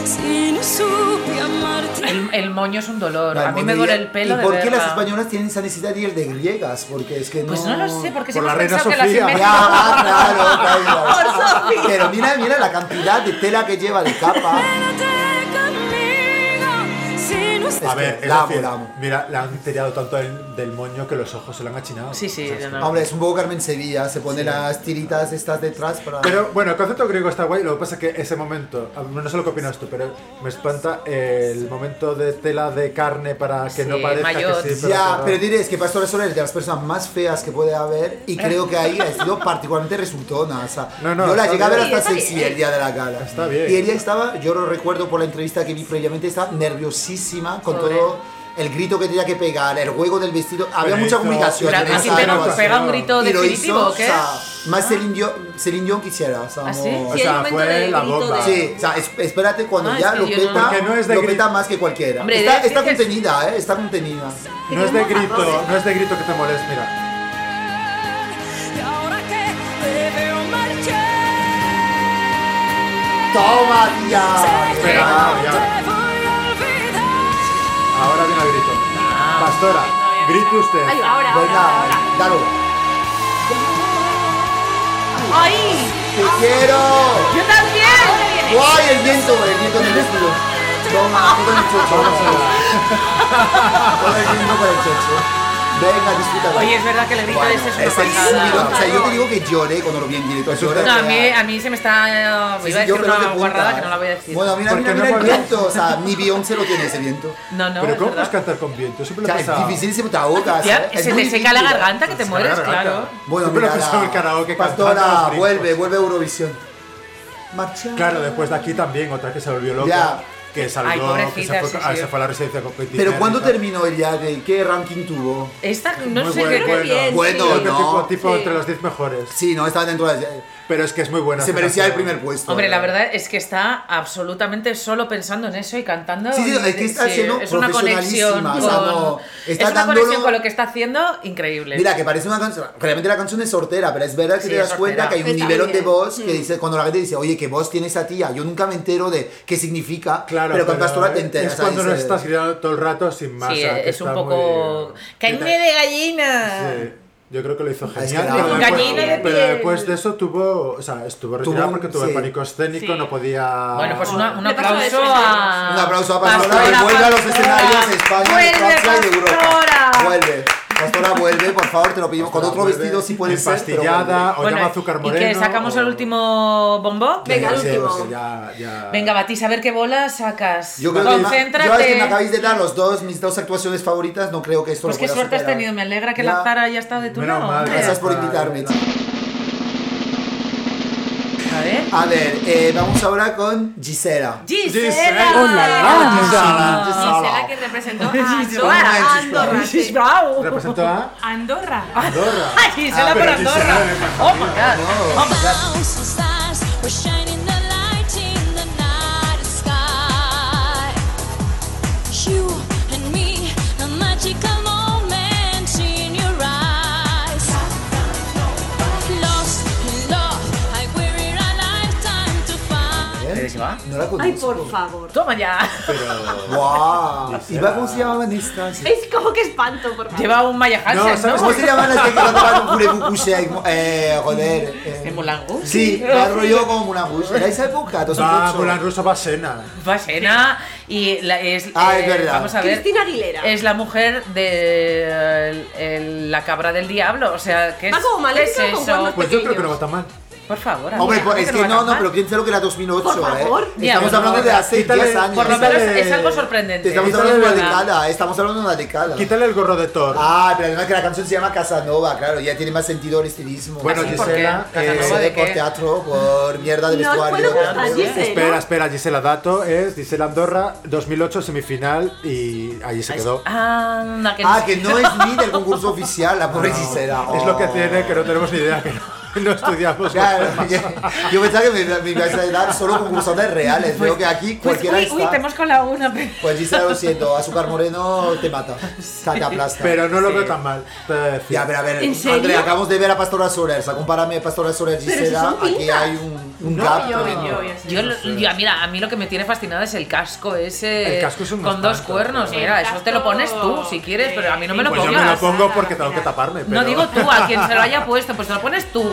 G: Si no supe amarte.
E: El, el moño es un dolor.
D: La
E: a mí me
D: almohadilla.
E: duele el pelo.
D: ¿Y
E: de
D: por qué
E: verla.
D: las españolas tienen esa necesidad de ir de griegas? Porque es que no.
E: Pues no lo sé, porque
C: Por
E: siempre
C: la reina
E: hemos pensado que
C: Sofía.
E: las
D: Ya,
E: inventan.
D: ah, claro, claro. Pero mira, mira la cantidad de tela que lleva de capa.
G: Quédate conmigo, si no
D: Es
C: A
D: que
C: ver, es
D: la amo,
C: decir,
D: la amo.
C: mira, le han tirado tanto del, del moño que los ojos se le han achinado.
E: Sí, sí,
C: O sea, es
E: no,
C: que-
E: no.
D: Hombre, es un poco Carmen Sevilla, se pone las tiritas estas detrás para...
C: Pero bueno, el concepto griego está guay, lo que pasa es que ese momento, a- no sé lo que opinas tú, pero me espanta el momento de tela de carne para que
E: Sí,
C: no parezca
E: mayor.
C: que sí, pero,
D: ya,
C: pero-
D: pero diré, es que Pastora Soler es de las personas más feas que puede haber y creo que ahí ha sido particularmente resultona. O sea,
C: Eh. No, no,
D: yo la
C: está
D: llegué a ver
C: bien.
D: hasta sexy el día de la gala.
C: Está bien.
D: Y ella estaba, yo lo recuerdo por la entrevista que vi previamente, estaba nerviosísima con
E: Joder.
D: todo el grito que tenía que pegar, el juego del vestido. Había
C: Pero
D: mucha
C: hizo-
D: comunicación.
E: Pero
C: Yo
D: en
E: aquí
D: esa
E: pega,
C: no,
D: actuación.
E: pega
C: no.
E: un grito
D: Y lo
E: definitivo,
D: hizo,
E: ¿o qué?
D: o sea, más Celine Dion, Celine Dion quisiera. O sea,
E: ¿Ah, sí?
D: no-
C: O
F: Sí,
C: sea,
F: el momento
C: fue
F: del
C: la
F: grito
C: bomba.
F: de-
D: Sí, o sea, es- espérate cuando
E: Ah,
D: ya
E: es que
D: lo
E: yo no-
D: peta,
C: Porque no es de
D: lo
C: gri-
D: peta más que cualquiera.
E: Hombre,
D: está
E: de-
D: está
E: dices-
D: contenida, ¿eh? Está contenida.
C: No es de grito, no es de grito que te moleste, mira.
G: Y ahora que te veo marchar,
D: ¡Toma, tía!
G: sé que
E: Ah,
C: Espera,
G: no
C: ya.
G: te voy a olvidar.
C: Ah, Ahora viene el grito.
E: Ah,
C: Pastora, grite usted.
F: Ahí va, ahora, ahora, ahora.
D: Venga, dalo.
F: ¡Ay!
D: ¡Te quiero!
E: ¡Yo también!
D: ¡Guay, el viento! El viento en el estudio. Toma, tú con el chocho. Vamos a ver. el viento con el chocho. Venga, disfrútalo.
E: Oye, es verdad que el grito
D: Bueno, este
E: ese es una
D: es el
E: pasada.
D: subidón. O sea, yo te digo que lloré cuando lo vi en directo. Lloré.
E: No, a mí, a mí se me está... eh,
D: Sí,
E: iba a
D: sí, yo
E: decir
D: creo que
E: una
D: punta.
E: guarrada que no la voy a decir.
D: Bueno, mira,
C: Porque
D: mira,
C: no
D: mira el
C: hemos-
D: viento. O sea, ni Beyoncé lo tiene ese viento.
E: no, no,
C: pero
E: es
C: ¿cómo
E: verdad.
C: puedes cantar con viento? Siempre lo
D: O sea,
C: he
D: es
C: pensado.
D: difícil, se te ahogas.
E: Ya,
D: ¿eh? Es
E: se
D: muy
E: te seca la
D: difícil.
E: garganta que te
C: Se
E: mueres,
C: me agarra la
E: claro.
C: garganta.
D: Bueno,
C: Siempre lo he
D: mira,
C: pensado en karaoke cantando los
D: Pastora,
C: brincos.
D: vuelve, vuelve a Eurovisión. Marcha.
C: Claro, después de aquí también otra que se volvió loca.
D: Ya.
C: Que saludó,
E: Ay,
C: que
E: pobrecita,
C: se fue,
E: sí,
C: ah,
E: sí.
C: se fue a la residencia con Petit
D: Pero
C: Jenner
D: ¿cuándo
C: y tal.
D: terminó el día de qué ranking tuvo?
E: Esta, no
C: Muy
E: sé
C: bueno,
E: qué...
C: bueno.
F: bien,
D: Bueno,
F: sí.
C: Creo que
D: no.
C: tipo, tipo
F: Sí.
C: entre los 10 mejores.
D: Sí, no, estaba dentro de...
C: Pero es que es muy buena.
D: Se
C: esa
D: merecía el
C: canción.
D: primer puesto.
E: Hombre, la verdad es que está absolutamente solo pensando en eso y cantando.
D: Sí, sí, es que está
E: Sí,
D: siendo
E: es una conexión
D: profesionalísima,
E: con,
D: o sea, no, está
E: es una
D: dándolo-
E: conexión con lo que está haciendo increíble.
D: Mira, que parece una canción... Realmente la canción es sortera, pero es verdad que
E: Sí,
D: te
E: es
D: das cuenta
E: sortera.
D: que hay un
F: Está
D: nivelón de
F: bien.
D: voz
E: Mm.
D: que dice... Cuando la gente dice, oye, ¿qué voz tiene esa tía? Yo nunca me entero de qué significa,
C: Claro, eh,
D: pero con Pastora te
C: es
D: enteras.
C: cuando
D: ahí
C: no
D: se-
C: estás gritando todo el rato sin masa.
E: sí,
C: que
E: es un
C: está
E: poco...
C: muy-
E: ¡Carne de gallina!
C: Sí, yo creo que lo hizo
D: que
C: genial.
D: la-
C: pero,
D: Con
C: después,
E: gallina de
C: pero
E: piel.
C: después de eso tuvo, o sea, estuvo retirado
D: Tuvo un-
C: porque tuvo el
D: sí.
C: pánico escénico,
B: Sí.
C: no podía.
E: Bueno, pues una- un
F: Le pasó
E: aplauso
F: eso,
E: a...
D: Un aplauso a Pastora, que vuelve a los
E: Pastora.
D: escenarios de España, de
E: ¡Vuelve,
D: Francia y de Europa.
E: Pastora!
D: Vuelve. Pastora, vuelve, por favor, te lo pedimos. Con otro vestido sí puede ser. pero
C: Pastillada, o
E: Bueno,
C: llama azúcar
E: ¿Y
C: moreno.
E: que sacamos
C: o-
E: el último bombo?
F: Venga, el
C: Sí,
F: último.
C: o sea, ya- ya-
E: Venga, Batís, a ver qué bola sacas.
D: Yo creo
E: Concéntrate.
D: que yo ahora que me acabéis de dar los dos, mis dos actuaciones favoritas, no creo que esto
E: pues
D: lo
E: qué
D: pueda
E: suerte has
D: superar.
E: tenido, me alegra que
D: Ya.
E: la Zara haya estado de tu
C: Menos
E: lado.
C: mal,
E: hombre.
D: Gracias por invitarme.
E: A ver.
D: A ver, eh, vamos ahora con Gisela.
E: Gisela.
J: Hola, la
C: Gisela,
B: Y
C: Gisela.
B: será que representó a
D: Hola,
B: Andorra. Andorra. sí.
E: Gisbrau.
C: Representó a
B: Andorra.
C: Andorra.
E: Gisela
C: Ah,
E: por
C: pero
E: Andorra.
C: Gisela es más
E: Oh my god.
G: Clouds and stars were shining the light in the night sky. You and me, a magical moment in your eyes. Lost in love, I weary a lifetime to find.
D: ¿Eh?
E: ¿De qué va?
D: No la conozco.
F: Ay, por favor.
E: Toma ya.
D: Wow. ¿Y
C: Gisela.
D: va cómo se llamaban estas?
F: Es como que espanto, por favor.
E: Lleva un Maya
C: No,
E: Hansen, ¿no?
C: ¿sabes
D: ¿Cómo se llaman las que cantaban un Voulez-vous coucher? Eh, joder.
E: ¿De
D: Eh.
E: Moulin Rouge?
D: Sí, me arrolló como una Rouge. Era esa época,
C: Va,
D: 2008.
C: Mulan Ruso va a cena.
E: Vasena y la, es, eh,
D: Ah, es verdad.
E: vamos a ver
F: Cristina Aguilera.
E: es la mujer de eh, el- el- la cabra del diablo o sea que
F: Va como maléfica
E: es
F: con
E: eso
F: cuernos
D: Pues
C: Pues yo creo que no va tan mal.
E: Por favor,
D: Hombre,
E: amiga,
D: pues, es
E: ¿cómo
D: que
E: vas a
D: no, no,
E: amar?
D: pero piénsalo que era 2008,
F: Por favor.
D: ¿eh?
E: Mira,
D: Estamos
E: por
D: hablando de
C: favor.
D: hace
C: Quítale-
D: 10 años.
E: Por lo
C: Quítale-
E: menos es algo sorprendente.
D: Estamos
E: es
D: hablando de una
E: verdad.
D: década, estamos hablando de una década.
C: Quítale el gorro de Thor.
D: Ah, pero además que la canción se llama Casanova, claro, ya tiene más sentido el estilismo.
C: bueno,
E: ¿Ah, sí? ¿Por qué?
C: Gisela,
E: Casanova
D: Ese
E: ¿de
D: de por
E: qué?
D: teatro, por mierda de
F: No os
D: vestuario.
F: puedo
D: por
F: gustar,
D: todo.
F: Gisela.
C: Espera, espera, Gisela, dato es Gisela Andorra, 2008 semifinal y allí se quedó.
E: Ah, anda, que
D: Ah, que no es ni del concurso oficial, la pobre Gisela.
C: Es lo que
D: Oh.
C: tiene, que no tenemos ni idea, que no, no estudiamos.
D: Claro, yo, yo pensaba que me, me ibas a dar solo concursantes reales. Veo que aquí
E: Pues,
D: cualquiera
E: uy, uy,
D: está.
E: te hemos colado una. pero-
D: Pues Gisela, lo siento, azúcar moreno te mata. Te aplasta.
C: Pero no lo
E: Sí.
C: veo tan mal. te voy a decir.
D: Ya, pero a ver,
F: ¿En serio?
D: Andrea, acabamos de ver a Pastora Soler. O sea, compárame a Pastora Soler y
F: si
D: Gisela.
F: son
D: Aquí
F: pintas.
D: hay un, un gap.
B: Yo,
D: ¿no?
B: yo, yo,
E: Yo, lo- yo- mira, a mí lo que me tiene fascinada es el casco ese
C: El casco es un
E: con dos
C: espanto.
E: cuernos.
B: El
E: Mira, eso te lo
B: casco,
E: pones tú si quieres,
B: eh,
E: pero a mí no me lo
C: Pues yo me
E: pongas.
C: lo pongo porque tengo que taparme. Pero...
E: No digo tú, a quien se lo haya puesto, pues te lo pones tú.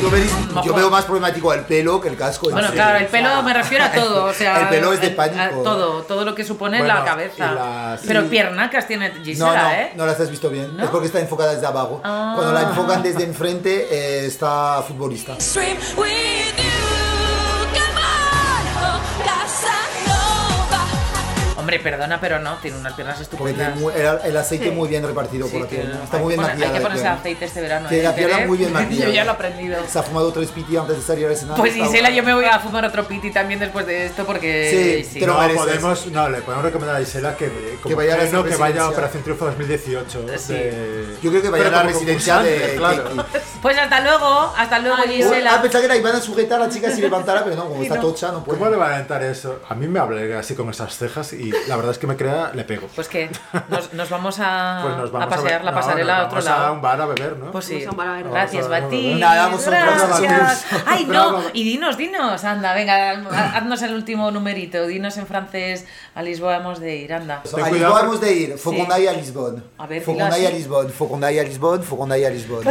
D: Yo, ve- yo veo más problemático el pelo que el casco. en
E: Bueno,
D: serio.
E: claro, el pelo me refiero a todo, o sea,
D: El pelo es de
E: a- a
D: pánico.
E: todo, todo lo que supone
C: Bueno,
E: la cabeza.
C: y las-
E: Pero
D: y-
E: piernacas tiene Gisela,
D: No, no,
E: ¿eh?
D: no las has visto bien.
E: ¿No? Ah.
D: Es porque está enfocada desde abajo. Cuando la enfocan desde enfrente, eh, está futbolista.
G: Stream with you, come on, oh, Casanova.
E: Hombre, perdona, pero no, tiene unas piernas
D: Porque
E: estupendas.
D: tiene muy- el, el aceite muy bien repartido
E: Sí,
D: por la
E: que-
D: pierna. Está
E: hay
D: muy
E: que
D: bien
E: poner-
D: maquillada.
E: Hay que
D: la
E: ponerse
D: pierna.
E: aceite este verano.
D: Tiene
E: ¿eh?
D: la pierna
E: ¿eh?
D: muy bien maquillada.
E: Yo ya lo he aprendido.
D: Se ha fumado tres piti antes de salir al escenario.
E: Pues
D: está
E: Gisela,
D: guapa.
E: yo me voy a fumar otro piti también después de esto porque...
D: Sí, te lo
C: No,
D: mereces.
C: podemos, no, le podemos recomendar a Gisela que, eh, como
D: Que vaya a la
C: estreno, que vaya a
D: residencia.
C: Operación Triunfo 2018.
E: Eh, Sí.
C: de-
D: Yo creo que vaya a
C: Pero
D: la
C: como
D: residencia de
C: concursante, claro.
D: Keki.
E: Pues hasta luego, hasta luego
F: Adiós.
D: Ah,
E: Gisela.
D: pensaba que la iban a sujetar a la chica si levantara, pero no, como está tocha, no puede.
C: ¿Cómo le va a alentar eso? A mí me habla así con esas cejas y la verdad es que me crea, le pego.
E: Pues que nos, nos vamos a,
C: Pues nos vamos
E: a pasear
C: ver-
E: la
C: no,
E: pasarela
C: nos
E: a otro
C: vamos
E: lado.
C: a un bar a beber, ¿no?
E: Pues sí.
F: Vamos a un bar a ver.
E: Gracias,
C: Vamos a un bar a
E: Batiz.
C: ver.
D: Nada, vamos a un bar a ver.
E: Gracias. Ay, no.
C: Bravo.
E: Y dinos, dinos. Anda, venga, ha- haznos el último numerito. Dinos en francés. A Lisboa hemos de ir, anda.
C: Ten
D: a
C: cuidado.
D: Lisboa hemos de ir, Focondai a Lisbon.
E: A ver, dilo
D: Focondai a
E: así.
D: Lisbon, Focondai a Lisbon, Focondai a Lisbon.